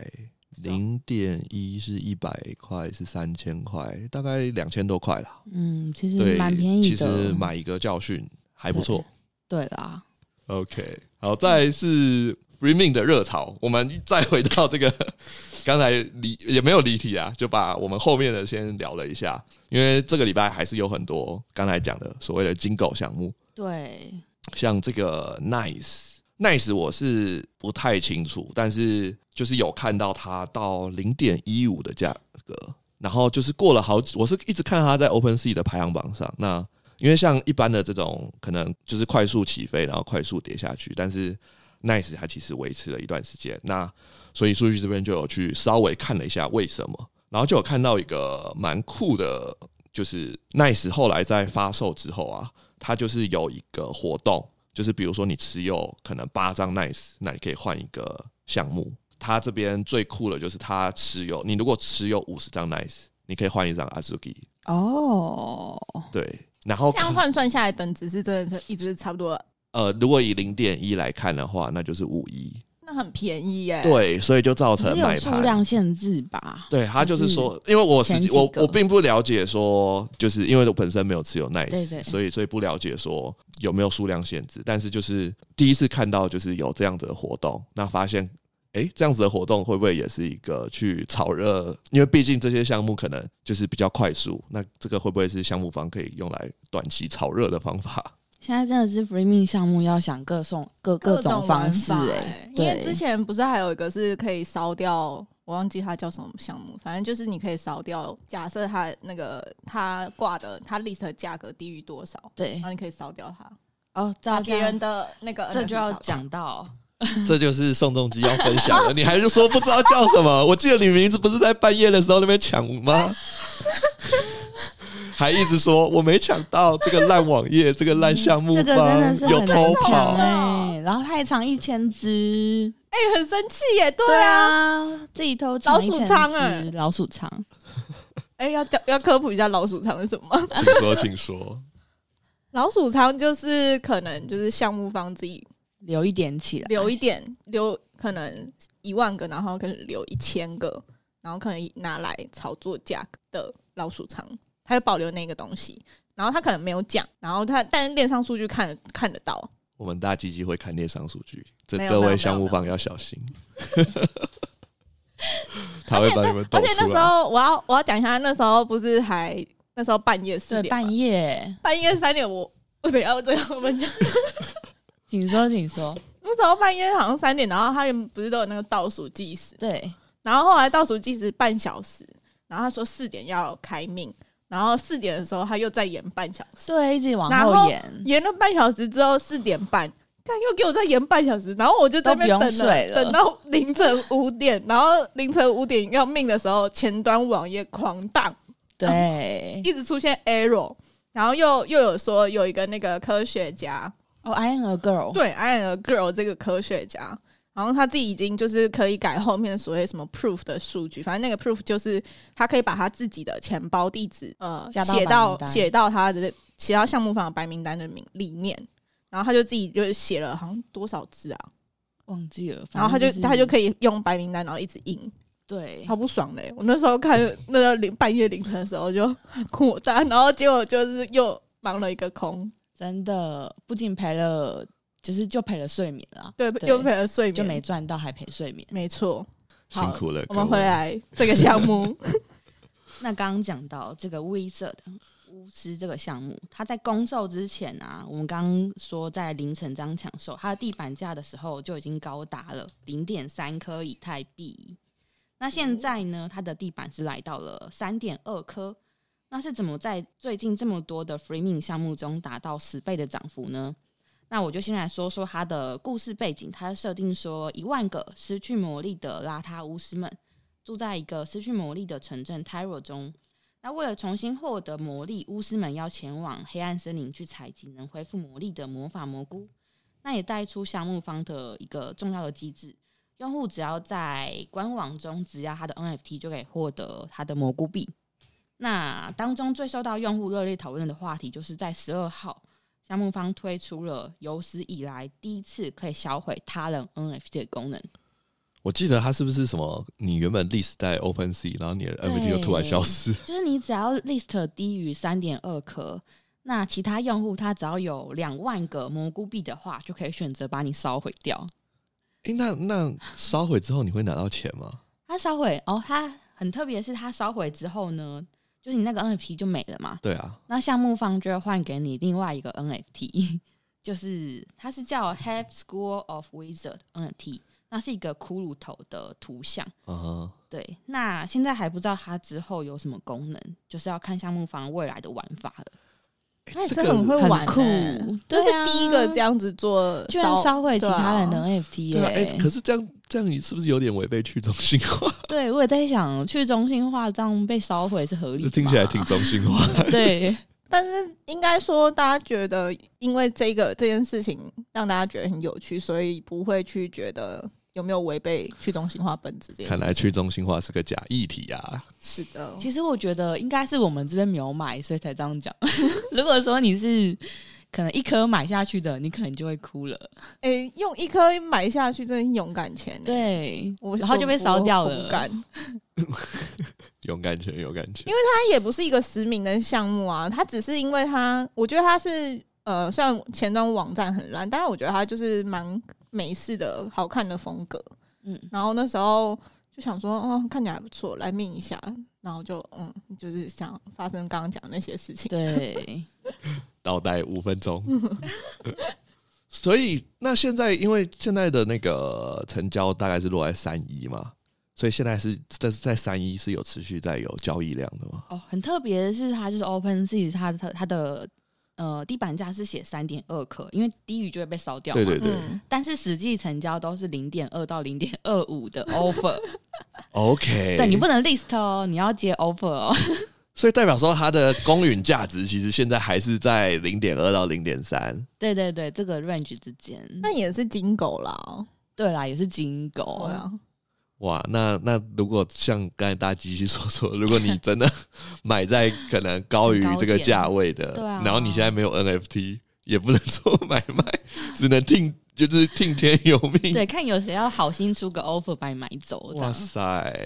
B: 零点一是一百块，是三千块，大概两千多块啦。
A: 嗯，其实
B: 对，
A: 蛮便宜的，
B: 其实买一个教训还不错。
A: 对啦，
B: OK，好，再来是 Freeing 的热潮，我们再回到这个刚才离也没有离题啊，就把我们后面的先聊了一下，因为这个礼拜还是有很多刚才讲的所谓的金狗项目，
A: 对，
B: 像这个 Nice。Nice 我是不太清楚，但是就是有看到它到零点一五的价格，然后就是过了好几，我是一直看它在 OpenSea 的排行榜上。那因为像一般的这种，可能就是快速起飞，然后快速跌下去，但是 Nice 它其实维持了一段时间。那所以数据这边就有去稍微看了一下为什么，然后就有看到一个蛮酷的，就是 Nice 后来在发售之后啊，它就是有一个活动，就是比如说你持有可能八张 Nice，那你可以换一个项目。它这边最酷的就是它持有，你如果持有五十张 Nice，你可以换一张 Azuki。
A: 哦，
B: 对，然后
C: 这样换算下来，等值是真的是一直差不多，
B: 呃，如果以零点一来看的话，那就是五一。
C: 那很便宜耶、
B: 对，所以就造
A: 只
B: 成
A: 呃哦有
B: 买
A: 数
B: 盘
A: 量限制吧？
B: 对他就
A: 就是是
B: 说，因为我实
A: 前
B: 际
A: 几
B: 我
A: 个
B: 我并不了解说，就是因为我本身没有持有 Nice，
A: 对对
B: 所以所以不了解说有没有数量限制。但是就是第一次看到就是有这样子的活动，那发现哎、诶这样子的活动会不会也是一个去炒热？因为毕竟这些项目可能就是比较快速，那这个会不会是项目方可以用来短期炒热的方法？
A: 现在真的是 freeming 项目要想各种各各种方式
C: 哎、
A: 哎、
C: 因为
A: 对
C: 之前不是还有一个是可以烧掉，我忘记它叫什么项目，反正就是你可以烧掉，假设它那个它挂的它 list 的价格低于多少，
A: 对
C: 然后你可以烧嗯掉它，
A: 哦，这
C: 把别人
A: 样哎
C: 的那个
A: 这
C: NFT
A: 就要
C: 烧掉哎
A: 讲到
B: 这就是宋仲基要分享的，你还是说不知道叫什么？我记得你名字不是在半夜的时候那边抢吗？还一直说我没抢到这个烂网页，这个烂项目
A: 嗯这个真的
B: 方
A: 是
B: 有
A: 很
B: 偷
A: 难抢
B: 跑，
A: 哎、然后太长一千只，
C: 哎、很生气耶，对
A: 对
C: 啊，
A: 啊，自己偷
C: 老鼠仓哎
A: 哎，老鼠仓，
C: 哎、要讲要科普一下老鼠仓是什么？
B: 请说，请说。
C: 老鼠仓就是可能就是项目方自己
A: 留一点起来，
C: 留一点，留可能一万个，然后可能留一千个，然后可能拿来炒作价格的老鼠仓，他就保留那个东西，然后他可能没有讲，然后他但是链上数据看看得到，
B: 我们大鸡鸡会看电商数据，这
C: 没有
B: 各
C: 没
B: 位
C: 有
B: 项目方要小心。 他会把你们抖
C: 而且那
B: 出
C: 时
B: 来。
C: 候我要我要讲一下，那时候不是还那时候半夜四
A: 对，
C: 点吧，
A: 半夜，
C: 半夜三点我。我等一下，我等一下，我们讲。
A: 请说，请说，
C: 那时候半夜好像三点，然后他们不是都有那个倒数计时，
A: 对，
C: 然后后来倒数计时半小时，然后他说四点要开命，然后四点的时候他又再延半小时，
A: 对，一直往
C: 然
A: 后
C: 后
A: 延，
C: 延了半小时之后四点半，看又给我再延半小时，然后我就在那边
A: 都不
C: 等啊
A: 用睡了
C: 等到凌晨五点，然后凌晨五点要命的时候，前端网页狂荡，
A: 对，
C: 一直出现 error。然后又又有说有一个那个科学家，
A: 哦，I am a girl，
C: 对 I am a girl 这个科学家，然后他自己已经就是可以改后面所谓什么 proof 的数据，反正那个 proof 就是他可以把他自己的钱包地址呃
A: 加到
C: 写
A: 白名
C: 到
A: 单
C: 写到他的写到项目方的白名单的名里面。然后他就自己就是写了好像多少字啊，
A: 忘记了，
C: 然后他就他就
A: 以
C: 可以用白名单，然后一直印，
A: 对，
C: 超不爽嘞、我那时候看那个凌半夜凌晨的时候就 很火大，然后结果就是又忙了一个空，
A: 真的不仅赔了就是就赔了睡眠啦，
C: 对，
A: 对
C: 又赔了睡眠，
A: 就没赚到还赔睡眠。
C: 没错。
B: 辛
C: 好
B: 苦了，
C: 我们
B: 各位
C: 回。来这个项目，
A: 那刚刚讲到这个 V 社的巫师这个项目，它在公售之前啊，我们刚刚说在凌晨这样抢售，它的地板价的时候就已经高达了零点三颗以太币。那现在呢，它的地板是来到了三点二颗。那是怎么在最近这么多的 Freeming 项目中达到十倍的涨幅呢？那我就先来说说它的故事背景。它设定说，一万个失去魔力的邋遢巫师们住在一个失去魔力的城镇 Tyro 中。那为了重新获得魔力，巫师们要前往黑暗森林去采集能恢复魔力的魔法蘑菇。那也带出项目方的一个重要的机制：用户只要在官网中只要他的 NFT，就可以获得他的蘑菇币。那当中最受到用户热烈讨论的话题，就是在十二号，项目方推出了有史以来第一次可以销毁他人 NFT 的功能。
B: 我记得它是不是什么？你原本 list 在 Open Sea，然后你的 NFT 就突然消失，
A: 就是你只要 list 低于三点二颗，那其他用户他只要有两万个蘑菇币的话，就可以选择把你烧毁掉。
B: 诶、那那烧毁之后你会拿到钱吗？
A: 他烧毁哦，他很特别，是他烧毁之后呢，就是你那个 NFT 就没了嘛，
B: 对啊，
A: 那项目方就会换给你另外一个 NFT，就是它是叫 Have School of Wizard NFT，那是一个骷髅头的图像。
B: 嗯哼，
A: 对，那现在还不知道它之后有什么功能，就是要看项目方未来的玩法了。
B: 诶
C: 那也
B: 这
C: 是
B: 个
C: 很会
A: 很
C: 玩
A: 酷
C: 欸，这
A: 对啊
C: 是第一个这样子做
A: 居然烧毁其他人的
C: 对啊
A: NFT 耶、
B: 对啊，哎、可是这样这样你是不是有点违背去中心化？
A: 对我也在想，去中心化这样被烧毁是合理的
B: 这
A: 吧，
B: 听起来挺中心化。
A: 对，
C: 但是应该说，大家觉得因为这个这件事情让大家觉得很有趣，所以不会去觉得有没有违背去中心化本质这件事。
B: 看来去中心化是个假议题啊！
C: 是的，
A: 其实我觉得应该是我们这边没有买，所以才这样讲。 如果说你是可能一颗买下去的，你可能就会哭了，
C: 诶、用一颗买下去真的是勇敢钱、欸。，
A: 对，
C: 我
A: 然后就被烧掉
C: 我
A: 了
C: 不。敢，
B: 有感觉，有感觉。
C: 因为它也不是一个实名的项目啊，它只是因为它，我觉得它是呃，虽然前端网站很烂，但是我觉得它就是蛮美式的好看的风格。
A: 嗯，
C: 然后那时候就想说，哦，看起来还不错，来命一下。然后就嗯，就是想发生刚刚讲的那些事情。
A: 对，
B: 倒带五分钟。所以那现在因为现在的那个成交大概是落在三一嘛，所以现在是但是在三一是有持续在有交易量的嘛？
A: 哦，很特别的是，它就是 Open Sea，它它它的呃地板价是写三点二克，因为低于就会被烧掉嘛。
B: 对对对、
C: 嗯，
A: 但是实际成交都是零点二到零点二五的 offer，
B: o k
A: 对你不能 list 哦，你要接 offer 哦。
B: 所以代表说它的公允价值其实现在还是在零点二到零点三，
A: 对对对，这个 range 之间，
C: 那也是金狗啦。
A: 对啦，也是金狗
C: 对啊，
B: 哦哇，那那如果像刚才大家继续说说，如果你真的买在可能高于这个价位的，
A: 很高点对啊
B: 然后你现在没有 NFT，也不能做买卖，只能听就是听天由命。
A: 对，看有谁要好心出个 offer 把你买走。这
B: 哇
A: 样
B: 塞，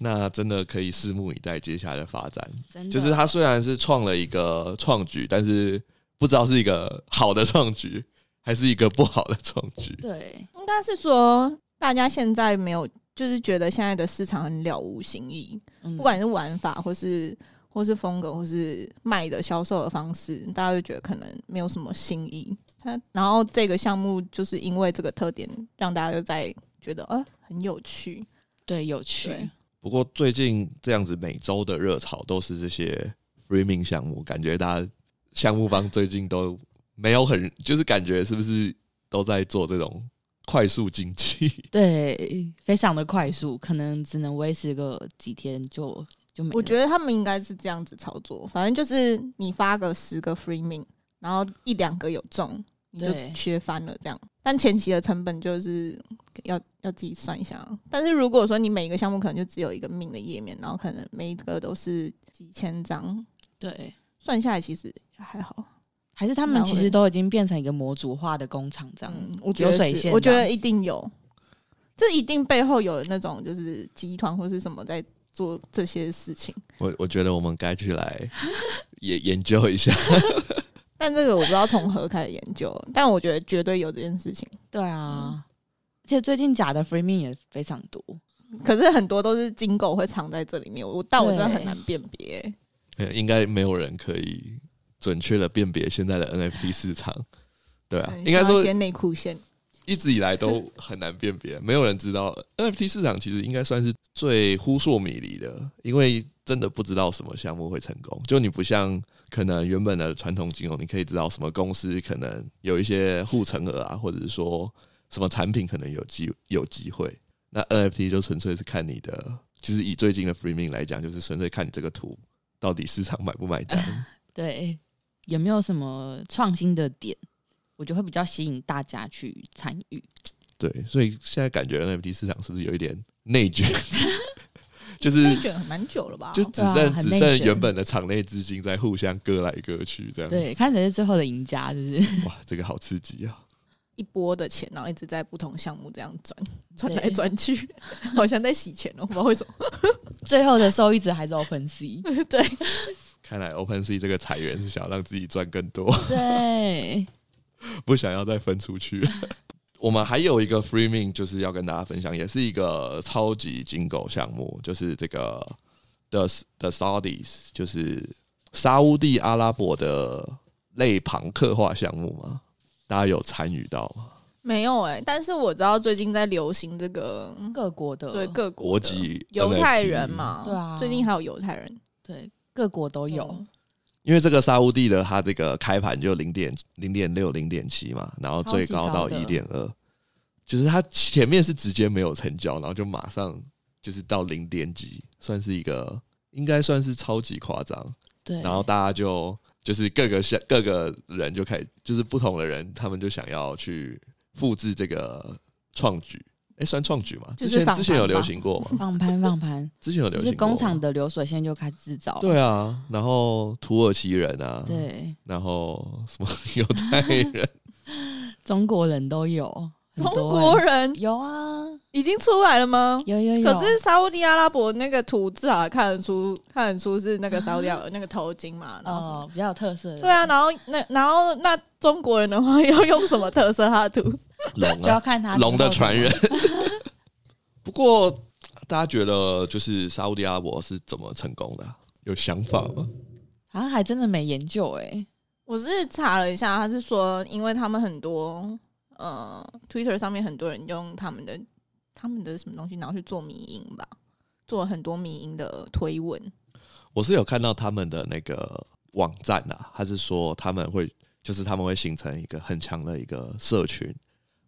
B: 那真的可以拭目以待接下来的发展。
A: 真的
B: 就是他虽然是创了一个创举，但是不知道是一个好的创举还是一个不好的创举。
A: 对，
C: 应该是说大家现在没有，就是觉得现在的市场很了无新意。
A: 嗯
C: 不管是玩法，或是或是风格，或是卖的销售的方式，大家就觉得可能没有什么新意。它然后这个项目就是因为这个特点，让大家就在觉得呃很有趣。
A: 对有趣，
C: 对
B: 不过最近这样子每周的热潮都是这些 freeming 项目，感觉大家项目方最近都没有很，就是感觉是不是都在做这种快速经济？
A: 对，非常的快速，可能只能维持个几天就就没了。
C: 我觉得他们应该是这样子操作，反正就是你发个十个 free min，然后一两个有中，你就
A: 对
C: 缺翻了这样。但前期的成本就是要要自己算一下啊。但是如果说你每一个项目可能就只有一个命的页面，然后可能每一个都是几千张，
A: 对，
C: 算下来其实还好。
A: 还是他
C: 蛮
A: 们
C: 会
A: 其实都已经变成一个模组化的工厂这样。
C: 嗯，我觉得
A: 流水
C: 是
A: 线
C: 我觉
A: 这
C: 得
A: 样
C: 一定有，这一定背后有那种就是集团或是什么在做这些事情。
B: 我我觉得我们该去来也研究一下
C: 但这个我不知道从何开始研究，但我觉得绝对有这件事情。
A: 对啊，而且最近假的 free min 也非常多，
C: 可是很多都是金狗会藏在这里面，我但我真的
A: 对
C: 很难辨别、
B: 呃应该没有人可以准确的辨别现在的 NFT 市场。对啊
C: 嗯，
B: 应该
C: 像
B: 说
C: 一些内裤线，
B: 一直以来都很难辨别，没有人知道 NFT 市场其实应该算是最扑朔迷离的，因为真的不知道什么项目会成功。就你不像可能原本的传统金融，你可以知道什么公司可能有一些护城河啊，或者是说什么产品可能有机有机会。那 NFT 就纯粹是看你的，其实以最近的 Freeman 来讲，就是纯粹看你这个图到底市场买不买单。
A: 对，有没有什么创新的点，我觉得会比较吸引大家去参与。
B: 对，所以现在感觉 NFT 市场是不是有一点内卷？就是
C: 内卷很蛮久了吧？
B: 哎就只
A: 对啊
B: 剩、
A: 很
B: 只
A: 内
B: 剩
A: 卷
B: 原本的场内资金在互相割来割去，这样
A: 对，看谁是最后的赢家，是不是？
B: 哇，这个好刺激啊！
C: 一波的钱，然后一直在不同项目这样转转
A: 对
C: 来转去，好像在洗钱哦，我不知道为什么。
A: 最后的受益者还是 Open C。
C: 对，
B: 看来 OpenSea 这个裁员是想让自己赚更多，
A: 对，
B: 不想要再分出去。 我们还有一个 Freeing 就是要跟大家分享，也是一个超级金狗项目，就是这个 The The Saudis，就是沙乌地阿拉伯的类庞刻画项目嘛，大家有参与到吗？
C: 没有哎、但是我知道最近在流行这个，
A: 嗯各国的
C: 对各国
B: 国
C: 的
B: 籍
C: 啊犹太
B: NFT
C: 人嘛，
A: 对啊
C: 最近还有犹太人
A: 对各国都有，
B: 因为这个沙乌地的它这个开盘就零点零点六零点七嘛，然后最高
A: 超
B: 到
A: 级高
B: 一
A: 的
B: 点二，就是它前面是直接没有成交，然后就马上就是到零点几，算是一个应该算是超级夸张。
A: 对，
B: 然后大家就就是各个项各个人就开始就是不同的人，他们就想要去复制这个创举，哎、算创举嘛？
C: 就
B: 之
C: 是
B: 前
C: 仿
B: 之前有
C: 盘吧
B: 流行过吗？
A: 放盘放盘，
B: 之前有
A: 就
B: 流行
A: 是
B: 过
A: 工厂
B: 吗
A: 的流水线就开始制造。
B: 对啊，然后土耳其人啊，。
A: 对，
B: 然后什么 犹太人，
A: 中国人都有，很
C: 中
A: 多
C: 国
A: 欸
C: 人
A: 有啊，
C: 已经出来了吗？
A: 有有有。
C: 可是沙烏地阿拉伯那个图至少看得出，看得出是那个沙烏地阿拉伯那个头巾嘛，然后什么
A: 呃，比较有特色的，
C: 对啊，然后那然后那中国人的话要用什么特色他的图？
B: 龙
A: 就要看他
B: 龙的
A: 之后
B: 传
A: 怎么
B: 人。不过大家觉得就是沙烏地阿拉伯是怎么成功的啊、有想法吗？
A: 好像还真的没研究哎、欸，
C: 我是查了一下，他是说，因为他们很多呃，Twitter 上面很多人用他们的他们的什么东西，然后去做迷音吧，做很多迷音的推文。
B: 我是有看到他们的那个网站啊，他是说他们会就是他们会形成一个很强的一个社群，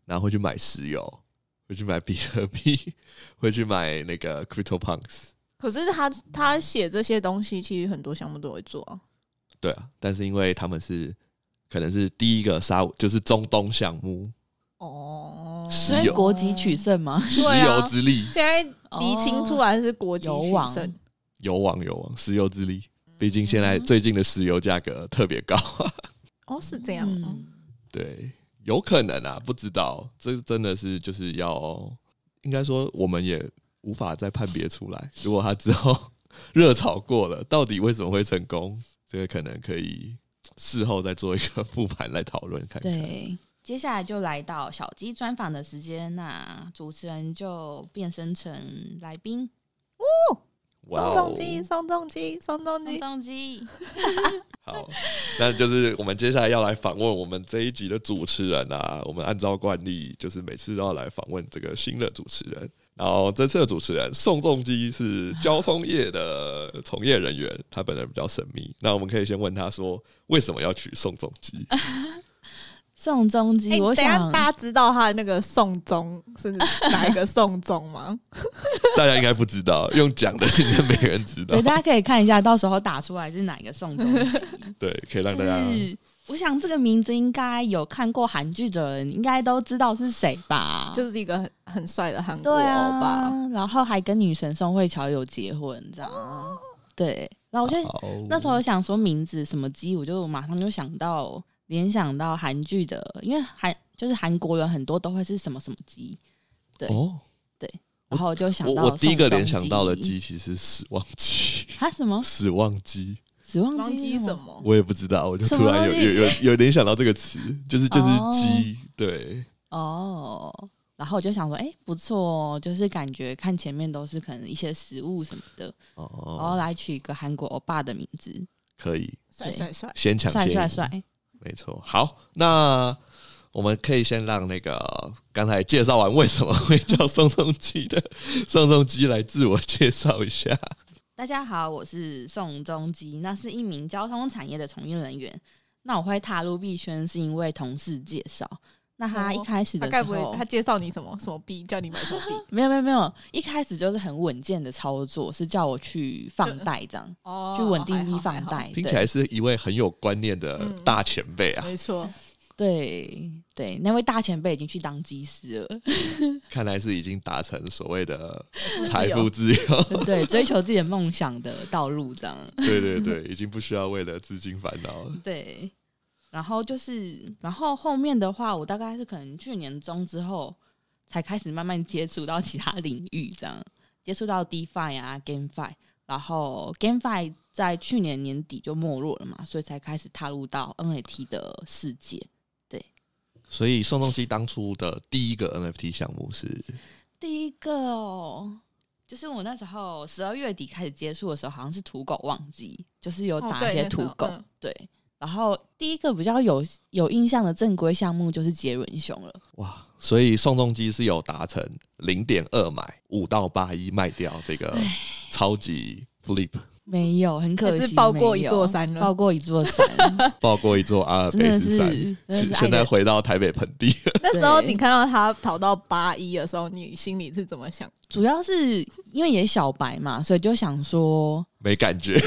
B: 然后会去买石油，会去买比特币， 会去买那个 Crypto Punks。
C: 可是他他写这些东西，其实很多项目都会做啊、
B: 对啊，但是因为他们是可能是第一个沙烏就是中东项目，
C: 哦，
B: 石
A: 所以
B: 油
A: 国籍取胜吗？
B: 石
C: 对啊
B: 油之力。
C: 哦现在厘清出来是国际
A: 哦
C: 取
A: 有网
C: 胜，
B: 有网有网，石油之力。
C: 嗯
B: 毕竟现在最近的石油价格特别高，
C: 哦是这样、
A: 嗯
C: 哦。
B: 对，有可能啊，不知道，这真的是就是要，应该说我们也无法再判别出来。如果他之后 热炒过了，到底为什么会成功，这个可能可以事后再做一个 复盘来讨论看看。
A: 对，
D: 接下来就来到小鸡专访的时间，那主持人就变身成来宾
B: 哇
C: 宋
B: 哦
C: 仲基，宋仲基，宋
A: 哎
C: 仲
D: 宋
C: 基，
D: 仲基。
B: 好，那就是我们接下来要来访问我们这一集的主持人啊。我们按照惯例，就是每次都要来访问这个新的主持人。然后这次的主持人宋仲基是交通业的从业人员，他本人比较神秘。那我们可以先问他说，为什么要娶宋仲基？
A: 宋仲基，
C: 哎、
A: 我
C: 等一下
A: 想
C: 大家知道他的那个送终是哪一个送 终吗？
B: 大家应该不知道，用讲的应该没人知道
A: 对。大家可以看一下，到时候打出来是哪一个宋仲基。
B: 对，啊可以让
A: 就
B: 大家
A: 是我想这个名字应该有看过韩剧的人应该都知道是谁吧？
C: 就是一个很很帅的韩国
A: 哦对
C: 欧巴，
A: 啊，然后还跟女神宋慧乔有结婚，这样、对。然后我就
B: 好
A: 那时候想说名字什么鸡，我就马上就想到联想到韩剧的，因为韩就是韩国人很多都会是什么什么鸡，对，
B: 哦，
A: 然后我就想
B: 我
A: 到
B: 我第一个
A: 宋仲
B: 联想到的
A: 基
B: 鸡其实是史旺基，
A: 啊什么
B: 史旺基。
A: 死忘
C: 忘
A: 机
C: 记
A: 是
C: 什
A: 么？
C: 么？
B: 我也不知道，我就
A: 什
B: 突然
A: 么
B: 有
A: 东西
B: 有有有联想到这个词，就是就是
A: 哦
B: 鸡，对，
A: 哦。然后我就想说，哎、不错哦，就是感觉看前面都是可能一些食物什么的，然后
B: 哦，
A: 来取一个韩国欧巴的名字，
B: 可以
C: 帅帅帅！
B: 先抢
A: 帅
B: 先
A: 帅
B: 赢
A: 帅，
B: 没错。好，那我们可以先让那个刚才介绍完为什么会叫宋仲基的 宋仲基来自我介绍一下。
A: 大家好，我是宋仲基，那是一名交通产业的从业人员。那我会踏入币圈是因为同事介绍。那他
C: 哦
A: 一开始
C: 他
A: 的
C: 该
A: 时
C: 不会
A: 候，
C: 他介绍你什么什么币，叫你买什么 币？
A: 没有没有没有，一开始就是很稳健的操作，是叫我去放
C: 就
A: 贷这样，
C: 哦，
A: 去稳定
C: 还好
A: 币放，
C: 还好
A: 贷。
B: 听
A: 对
B: 起来是一位很有观念的
C: 嗯
B: 大前辈啊，
C: 没错，
A: 对对，那位大前辈已经去当技师了，
B: 看来是已经达成所谓的
C: 由
B: 财富自由。
A: 对，追求自己的梦想的道路这样。
B: 对对对，已经不需要为了资金烦恼了。
A: 对，然后就是，然后后面的话，我大概是可能去年中之后才开始慢慢接触到其他领域，这样接触到 DeFi 啊、GameFi，然后 GameFi 在去年年底就没落了嘛，所以才开始踏入到 NFT 的世界。
B: 所以宋仲基当初的第一个 NFT 项目是
A: 第一个哦。就是我那时候十二月底开始接触的时候，好像是土狗旺季，就是有
C: 哦
A: 打
C: 对
A: 一些
C: 那时
A: 土
C: 候
A: 狗，
C: 嗯
A: 对。然后第一个比较有有印象的正规项目就是杰伦熊了。
B: 哇，所以宋仲基是有达成零点二买五到八一卖掉这个超级 flip，
A: 没有，很可
C: 也
A: 惜，
C: 是爆过一座
A: 没
C: 山
A: 有，
C: 了。
A: 爆过一座山，
B: 爆过一座阿尔
A: 真
B: 卑
A: 的
B: 斯
A: 是，
B: 山。
A: 真的是
B: 现
A: 爱
B: 现在
A: 的
B: 回到台北盆地，
C: 那时候
A: 对
C: 你看到他跑到八一的时候，你心里是怎么想？
A: 主要是因为也小白嘛，所以就想说，
B: 没感 觉。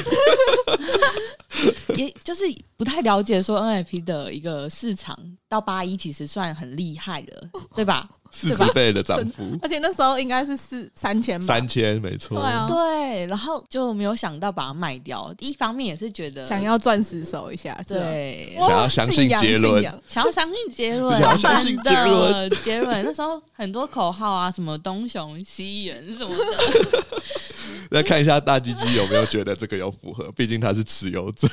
A: 也 就是不太了解说 NFP 的一个市场，到八一其实算很厉害 的，对吧？
B: 四十倍的涨幅，
C: 而且那时候应该是四三千吧，
B: 三千，没错。
C: 对啊
A: 对，然后就没有想到把它卖掉，一方面也是觉得
C: 想要啊钻石手一下，是吧哦
A: 对
B: 想要相信杰伦，
C: 哇
A: 想要相信杰伦，
B: 想要相信杰
A: 真的，
B: 伦
A: 杰伦那时候很多口号啊，什么东雄西人什么 的，
B: 再看一下大鸡鸡有没有觉得这个有符合，毕竟他是持有者。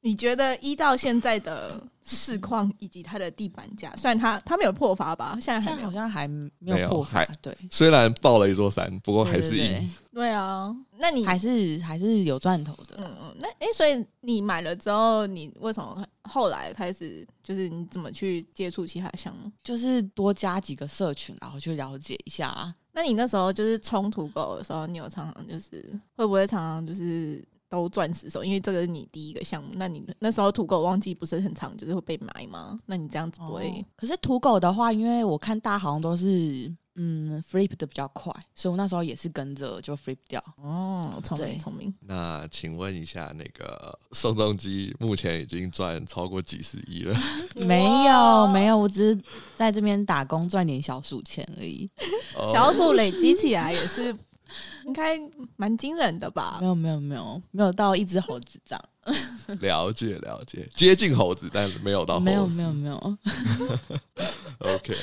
C: 你觉得依照现在的市况以及它的地板价，虽然它它没有破发吧，现在还
A: 现在
C: 没
A: 好
C: 有。
A: 像还没
B: 没有
A: 有破发
B: 还，
A: 对。
B: 虽然爆了一座山，不过还
A: 对
B: 是
A: 对对
B: 赢。
C: 对啊，那你
A: 还是还是有赚头的。
C: 嗯嗯，那诶，所以你买了之后，你为什么后来开始就是你怎么去接触其他项目？
A: 就是多加几个社群，然后去了解一下。啊
C: 那你那时候就是冲土狗的时候，你有常常就是会不会常常就是都钻石手？因为这个是你第一个项目，那你那时候土狗忘记不是很常就是会被买吗？那你这样子不会、
A: 可是土狗的话，因为我看大家好像都是嗯 flip 的比较快，所以我那时候也是跟着就 flip 掉。
C: 哦，聪
A: 对
C: 明聪明，
B: 那请问一下，那个宋仲基目前已经赚超过几十亿 了，
A: 没有没有，我只是在这边打工赚点小数钱而已。
B: 哦
C: 小鼠累积起来也是 应该蛮惊人的吧
A: 没？有没有没有没有到一只猴子这样，
B: 了解了解，接近猴子，但没有到猴子。
A: 没有 没有没有。
B: OK OK，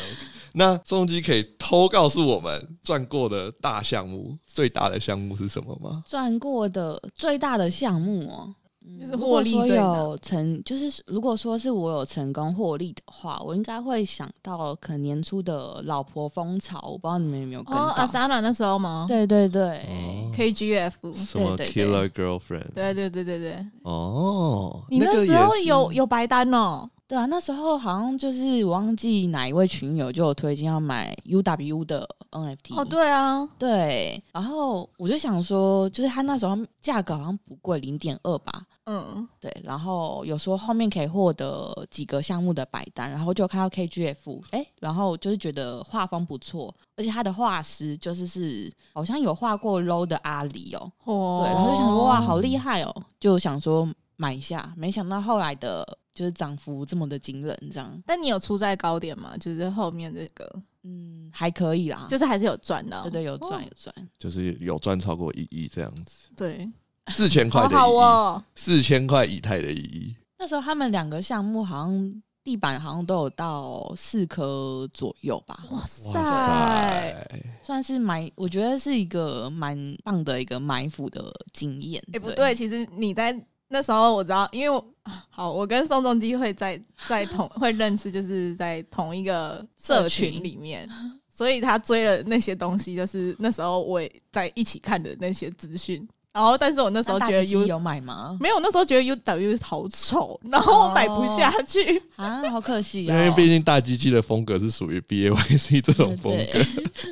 B: 那宋仲基可以偷告诉我们赚过的大项目，最大的项目是什么吗？
A: 赚过的最大的项目哦、嗯
C: 就是获利
A: 如果
C: 最
A: 说
C: 大
A: 有成，就是如果说是我有成功获利的话，我应该会想到可能年初的老婆风潮，我不知道你们有没有跟到。
C: 哦，阿莎娜那时候吗？
A: 对对对，
B: 哦，
C: ，KGF，
B: 什么
A: 哎对对对
B: Killer Girlfriend？
C: 对对对对对，
B: 哦，
C: 你
B: 个
C: 那时候
B: 也是
C: 有有白单哦，
A: 对啊，那时候好像就是我忘记哪一位群友就有推荐要买 UWU 的 NFT。
C: 哦对啊，
A: 对然后我就想说，就是他那时候价格好像不贵，零点二吧，
C: 嗯，
A: 对，然后有说后面可以获得几个项目的百单，然后就看到 KGF，哎、然后就是觉得画风不错，而且他的画师就是是好像有画过 low 的阿里哦，对，
C: 哦，
A: 然后就想说哇，好厉害哦，就想说买一下，没想到后来的就是涨幅这么的惊人，这样，
C: 但你有出在高点吗？就是后面这个，
A: 嗯，还可以啦，
C: 就是还是有赚的哦，
A: 对对，有赚
C: 哦
A: 有赚，
B: 就是有赚超过一亿这样子，
C: 对，
B: 四千块
C: 好
B: 的
C: 好
B: 一亿，
C: 哦，
B: 四千块以太的一亿，
A: 那时候他们两个项目好像地板好像都有到四颗左右吧，
C: 哇
B: 哇
C: 塞，
B: 塞！
A: 算是埋，我觉得是一个蛮棒的一个埋伏的经验。
C: 哎不对，，其实你在。那时候我知道，因为我啊好，我跟宋仲基会在在同会认识，就是在同一个社群里面，所以他追了那些东西，就是那时候我也在一起看的那些资讯。然后，但是我那时候
A: 那大
C: 觉得
A: 鸡鸡哦
C: U
A: 有买吗？
C: 没有，那时候觉得 U W 好丑，然后我买不下去。
A: 啊，好可惜
B: 因
A: 哦
B: 为。毕竟大鸡鸡的风格是属于 B A Y C 这种风格，
A: 对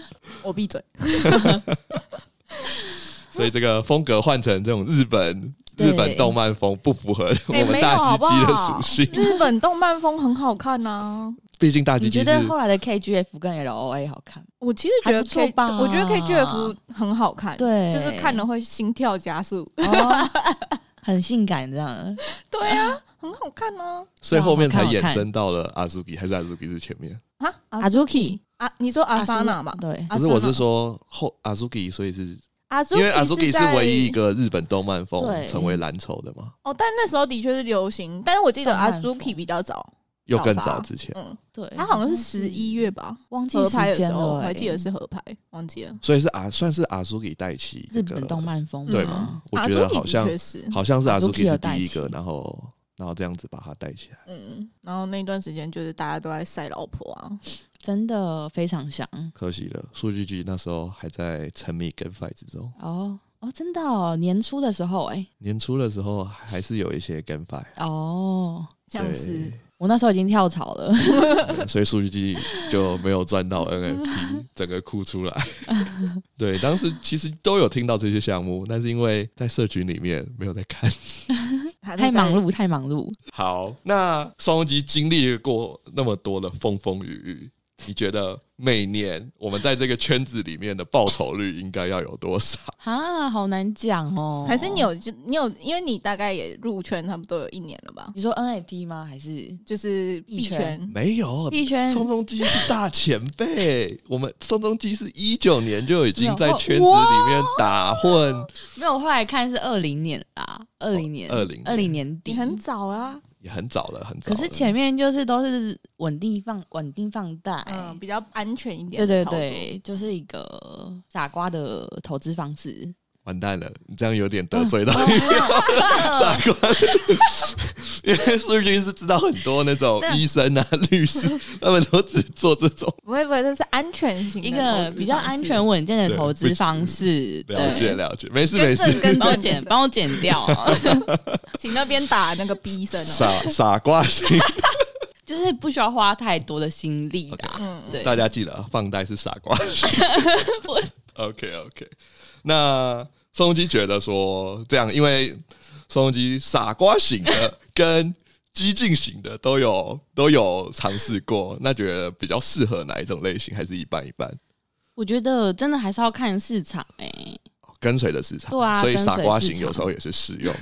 C: 我闭嘴。
B: 所以这个风格换成这种日本
A: 对
B: 日本动漫风，不符合我
C: 哎
B: 们
C: 没有
B: 大
C: 好不
B: 鸡鸡的
C: 好
B: 属性。
C: 日本动漫风很好看啊呐、
B: 毕竟大鸡
A: 你觉
B: 鸡
A: 得
B: 是
A: 后来的 KGF 跟 LOA 好看吗？
C: 我其实觉得
A: 还不错
C: K，
A: 吧
C: 我觉得 KGF 很好看，
A: 对
C: 就是看了会心跳加速。
A: 哦，很性感这样。
C: 对啊， 很好看呢、
B: 所以后面才
A: 好看好
B: 衍
A: 看
B: 生到了阿苏比，还是阿苏比是前面？
C: 啊。啊
A: Azuki
C: 啊，你说阿莎娜嘛？啊
A: 对，
B: 不是，我是说后阿苏比，所以是
C: 阿苏，
B: 因为阿苏比
C: 比
B: 是唯一一个日本动漫风
A: 对
B: 成为蓝筹的嘛，
C: 哦，但那时候的确是流行，但是我记得
A: 动漫
C: 阿苏 k 比较早，
B: 又更
C: 早
B: 早
C: 吧
B: 之前，
C: 嗯，
A: 对，
C: 他好像是十一月吧，
A: 忘记
C: 合拍
A: 时
C: 的时
A: 间
C: 候，
A: 了、
C: 我
A: 欸，
C: 还记得是合拍，忘记了。
B: 所以是阿算是阿苏比带起这
A: 日
B: 个
A: 本动漫风
C: 嗯
B: 对
A: 嘛
B: 吗？我
C: 阿
B: 觉
C: 苏
B: 得
C: 比
B: 好
C: 的
B: 像
C: 确是，
B: 好像是阿苏
A: Azuki
B: k
A: 有
B: 是
A: 带
B: 第一个，
A: 起
B: 然后然后这样子把它带起来。
C: 嗯，然后那段时间就是大家都在晒老婆啊，
A: 真的非常像
B: 可惜了，数据局那时候还在沉迷跟 fight 之中，
A: 哦哦，真的哦，年初的时候哎、
B: 年初的时候还是有一些跟 fight，
A: 哦，
C: 像是
A: 我那时候已经跳槽了，
B: 对嗯所以数据机就没有赚到 NFT，整个哭出来。 对，当时其实都有听到这些项目，但是因为在社群里面没有在看。
C: 还
A: 太
C: 在
A: 忙碌，太忙碌。
B: 好，那双龙机经历过那么多的风风雨雨，你觉得每年我们在这个圈子里面的报酬率应该要有多少？
A: 啊，好难讲哦。
C: 还是你有就你有，因为你大概也入圈差不多有一年了吧，
A: 你说 NFT 吗？还是
C: 就是币
A: 币圈
C: 圈。
B: 没有，
A: 币圈
B: 宋仲基是大前 辈，我们宋仲基是一九年就已经在圈子
A: 没有
B: 里面打混，
A: 没有？我后来看是二零年啦，哦二零年，
B: 20
A: 二零年
B: 嗯
A: 底
C: 你。很早啊，
B: 也很早了，很早
A: 可
B: 了。
A: 是前面就是都是稳定放稳定放贷，
C: 嗯，比较安全一点。
A: 对对，对，就是一个傻瓜的投资方 式。
B: 完蛋了，你这样有点 得罪到
A: 嗯
B: 一个
A: 哦
B: 傻瓜。因为数据是知道很多那种
A: 对
B: 医生啊、律师，他们都只做这种。
C: 不会不会，这是安全型的
A: 一个
C: 投资
A: 比较
C: 方式
A: 安全稳健的投资方式。
B: 了解
A: 对，
B: 了解，没事没
C: 就正
B: 事。
C: 跟
A: 帮我
C: 正
A: 剪，
C: 正，
A: 帮我剪掉。
C: 请那边打那个逼
A: 啊
C: 声哦。
B: 傻傻瓜型，
A: 就是不需要花太多的心力啦。
C: 嗯，
A: 对，
B: 大家记得放贷是傻瓜型。OK OK，那宋仲基觉得说这样，因为宋仲基傻瓜型的跟激进型的都有都有尝试过，那觉得比较适合哪一种类型，还是一半一半？
A: 我觉得真的还是要看市场哎、
B: 跟随的市场，
A: 对啊
B: 所以
A: 跟随
B: 傻瓜
A: 市
B: 型有
A: 场
B: 时候也是适用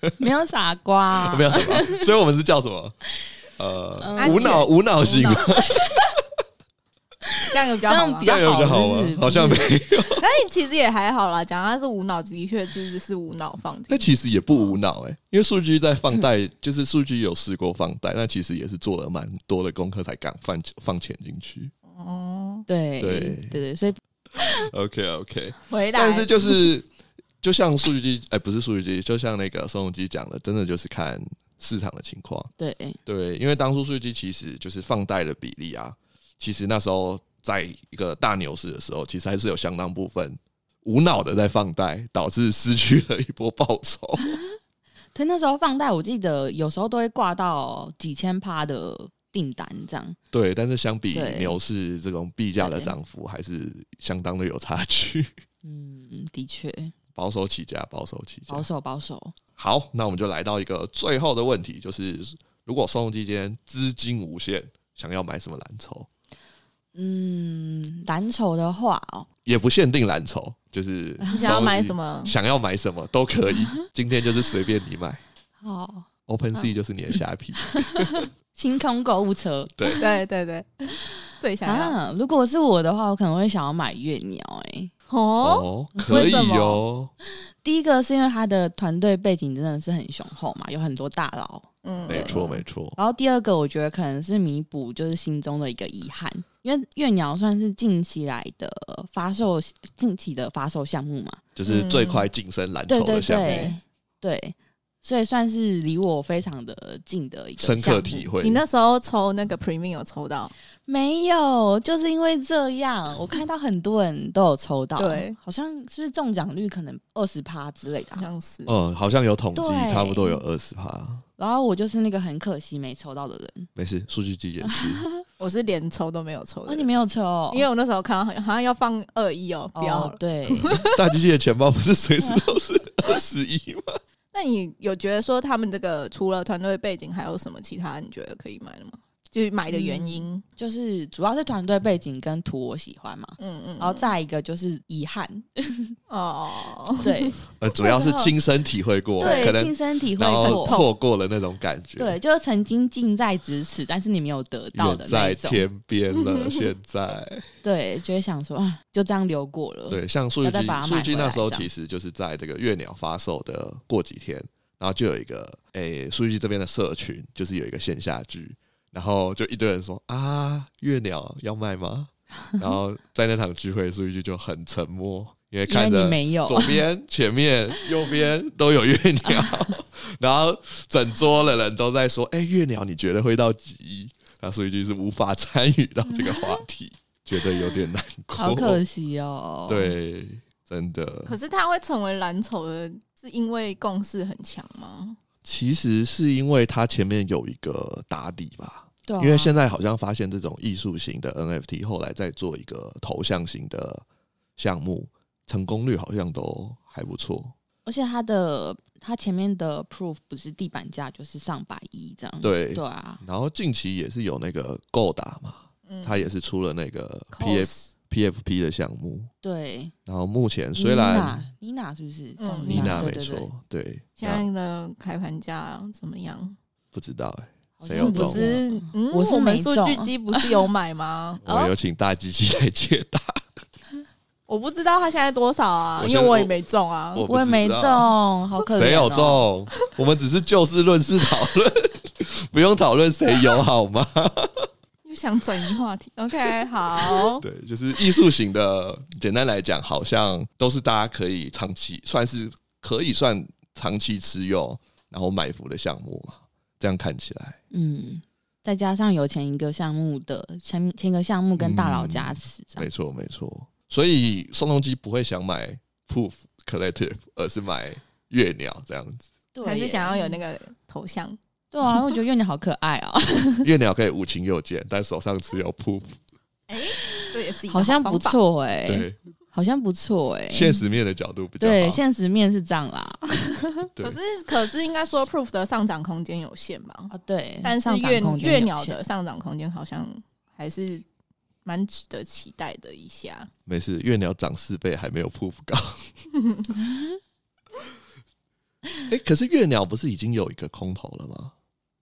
B: 的，
A: 没有傻 瓜
B: 没，有什么，所以我们是叫什么？呃，
A: 嗯
B: 无脑无脑型，
C: 无脑 这样有比较好吗
A: 比？较
B: 这样有就好
A: 好嗯
B: 吗
A: 是？不
B: 好像没有，
C: 但是其实也还好啦，讲他是无脑，的确是是无脑放
B: 那
C: 的。
B: 其实也不无脑哎、因为数据在放贷，就是数据有试过放贷，那其实也是做了蛮多的功课才敢放放钱进去。
C: 哦，
A: 对
B: 对
A: 对对，所以
B: OK OK，
C: 回来，
B: 但是就是就像数据机，哎、不是数据机，就像那个宋仲基讲的，真的就是看市场的情况。
A: 对
B: 对，因为当初税基其实就是放贷的比例啊，其实那时候在一个大牛市的时候，其实还是有相当部分无脑的在放贷，导致失去了一波报酬。
A: 对，那时候放贷，我记得有时候都会挂到几千趴的订单这样。
B: 对，但是相比
A: 对
B: 牛市这种币价的
A: 对
B: 涨幅，还是相当的有差距。
A: 嗯，的确，
B: 保守起价，保守起价
A: 保。守保守。
B: 好，那我们就来到一个最后的问题，就是如果宋仲基今天资金无限，想要买什么蓝筹？
A: 嗯，蓝筹的话哦，
B: 也不限定蓝筹，就是
C: 你 想要
B: 宋仲
C: 买
B: 基
C: 什么？
B: 想要买什么都可 以，今天就是随便你买。
A: 好，
B: Open
C: 嗯
B: Sea 就是你的虾皮，
A: 清空购物车
C: 对对对， 最想要
A: 啊。如果是我的话，我可能会想要买月鸟、哎，
C: 哦，
B: 哦，可以
C: 为什
B: 哦，
A: 第一个是因为他的团队背景真的是很雄厚嘛，有很多大佬。
C: 嗯，
B: 没错没错，
A: 然后第二个，我觉得可能是弥补就是心中的一个遗憾，因为月鸟算是近期来的发售，近期的发售项目嘛。
C: 嗯
B: 就是最快晋升蓝
A: 对
B: 筹
A: 对
B: 的项目，
A: 对对，所以算是离我非常的近的一个
B: 深
A: 项
B: 刻
A: 目
B: 体会。
C: 你那时候抽那个 Premium 有抽到，
A: 没有，就是因为这样，我看到很多人都有抽到，
C: 对，
A: 好像是不是中奖率可能二十趴之类的
C: 好
A: 啊、
C: 像是。
B: 嗯，好像有统计，
A: 对
B: 差不多有二十趴。
A: 然后我就是那个很可惜没抽到的人，
B: 没事，数据集也是。
C: 我是连抽都没有抽
A: 哦，
C: 的
A: 你，没有抽，
C: 因为我那时候看到好像好像要放二一哦，不要
A: 哦
C: 了。
A: 对，
B: 大机器的钱包不是随时 都是二十一吗？
C: 那你有觉得说他们这个除了团队背景，还有什么其他你觉得可以买的吗？就是买的原因，
A: 就是主要是团队背景跟图我喜欢嘛，
C: 嗯嗯，
A: 然后再一个就是遗 憾，
C: 哦，
A: 对
B: 呃，主要是亲身体会过，可
A: 啊对，
B: 能
A: 亲身体会
B: 然后
A: 过，
B: 错过了那种感觉。
A: 对，，就是曾经近在咫尺，但是你没有得到
B: 远
A: 的那
B: 在
A: 一种，
B: 天边 了，现在。
A: 对，就会想说啊，就这样流过了，
B: 对，像数
A: 要
B: 据
A: 再把
B: 机，
A: 它
B: 数
A: 买
B: 据机
A: 回
B: 那
A: 来
B: 时候
A: 这样
B: 其实就是在这个月鸟发售的过几天，然后就有一个诶，数据机这边的社群就是有一个线下剧，然后就一堆人说啊，月鸟要卖吗？然后在那场聚会，数据机就很沉默，因
A: 因
B: 为
A: 为
B: 看
A: 你
B: 着
A: 没有，
B: 左边、前面、右边都有月鸟， 然后整桌的人都在说：“哎、月鸟，你觉得会到几亿？”那数据机是无法参与到这个话题，觉得有点难 过，
A: 好可惜哦，，
B: 对，真的。
C: 可是他会成为蓝筹的，是因为共识很强吗？
B: 其实是因为它前面有一个打底吧，
A: 对啊、
B: 因为现在好像发现这种艺术型的 NFT，后来再做一个头像型的项目，成功率好像都还不错。
A: 而且它的它前面的 proof 不是地板价就是上百亿这样，
B: 对
A: 对啊，
B: 然后近期也是有那个 Go 打嘛，
C: 嗯，
B: 它也是出了那个 P F
C: cos
B: P F P 的项目。
A: 对，
B: 然后目前虽然
A: 妮娜是不是？
C: 嗯
A: 叫
B: 妮
C: 妮
B: 娜
A: 对
B: 没
A: 对对
B: 错，对，
C: 现在的开盘价怎么样？
B: 不知道哎，
A: 好
B: 谁
A: 像
B: 有
C: 不
B: 中
A: 不
B: 啊？？
C: 是，嗯，
A: 我是
C: 我们
A: 没
C: 数
A: 中
C: 据机不是有买吗
B: 我
A: 啊
B: 有请大机器来解答，
C: 我不知道它现在多少啊，
B: 我
C: 因
B: 先
C: 为我也没中啊。
B: 我不
A: 我也
B: 知
A: 没
B: 道
A: 中，好可怜、哦。
B: 谁有？中？ 我们只是就事论事讨论， 不用讨论谁有好 吗？
C: 又想转移话题 ，OK，好，
B: 对，就是艺术型的，简单来讲，好像都是大家可以长期算是可以算长期持有，然后买伏的项目嘛。这样看起来，
A: 嗯，再加上有前一个项目的前前一个项目跟大佬加持，这
C: 嗯
A: 样、
B: 没错没错。所以宋仲基不会想买 Proof Collective，而是买月鸟这样 子。
A: 对耶，
C: 还是想要有那个头像。
A: 对啊，我觉得月娘好可爱 哦、
B: 月鸟可以无情又见，但手上持有 Proof，
C: 哎，这也是一个
A: 好像不
C: 方法。
A: 错哎、
B: 对，
A: 好像不错哎、
B: 现实面的角度比较
A: 对，
B: 好。
A: 现实面是这样啦。
B: 对
C: 可是，可是应该说，Proof 的上涨空间有限吧？
A: 啊，对，
C: 但是
A: 上涨
C: 月
A: 空间
C: 月
A: 有
C: 鸟
A: 限
C: 的上涨空间好像还是蛮值得期待的一下。
B: 没事，月鸟涨四倍还没有瀑布高。 哎、可是月鸟不是已经有一个空头了吗？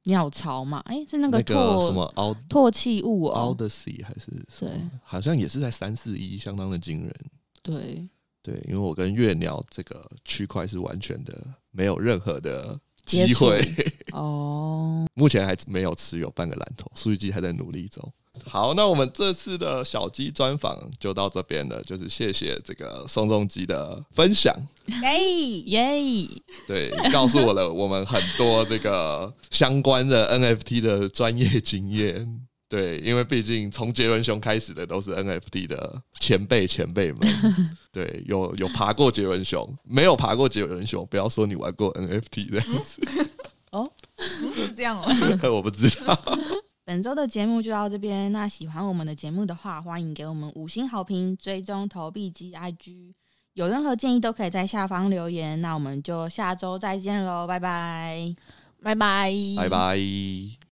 A: 鸟巢嘛，哎、是那
B: 那
A: 个
B: 什
A: 唾
B: 么 Out
A: 唾弃物哦，
B: Odyssey 还是什
A: 对
B: 么，好像也是在三四一，相当的惊人。
A: 对，
B: 对，因为我跟月鸟这个区块是完全的没有任何的
A: 接
B: 机
A: 触
B: 会，
A: 哦，
B: 目前还没有持有半个蓝头，数据机还在努力中。好，那我们这次的小鸡专访就到这边了，就是谢谢这个宋仲基的分享。
C: 哎，
A: 耶、
B: 对，告诉我了我们很多这个相关的 NFT 的专业经验。对，因为毕竟从杰伦熊开始的都是 NFT 的前辈前辈们。对，有有爬过杰伦熊，没有爬过杰伦熊，不要说你玩过 NFT 这样子，
C: 是这样哦。
B: 我不知道。
A: 本周的节目就到这边。那喜欢我们的节目的话，欢迎给我们五星好评，追踪投币机 IG。有任何建议都可以在下方留言。那我们就下周再见喽，拜拜。
C: 拜拜，
B: 拜。拜。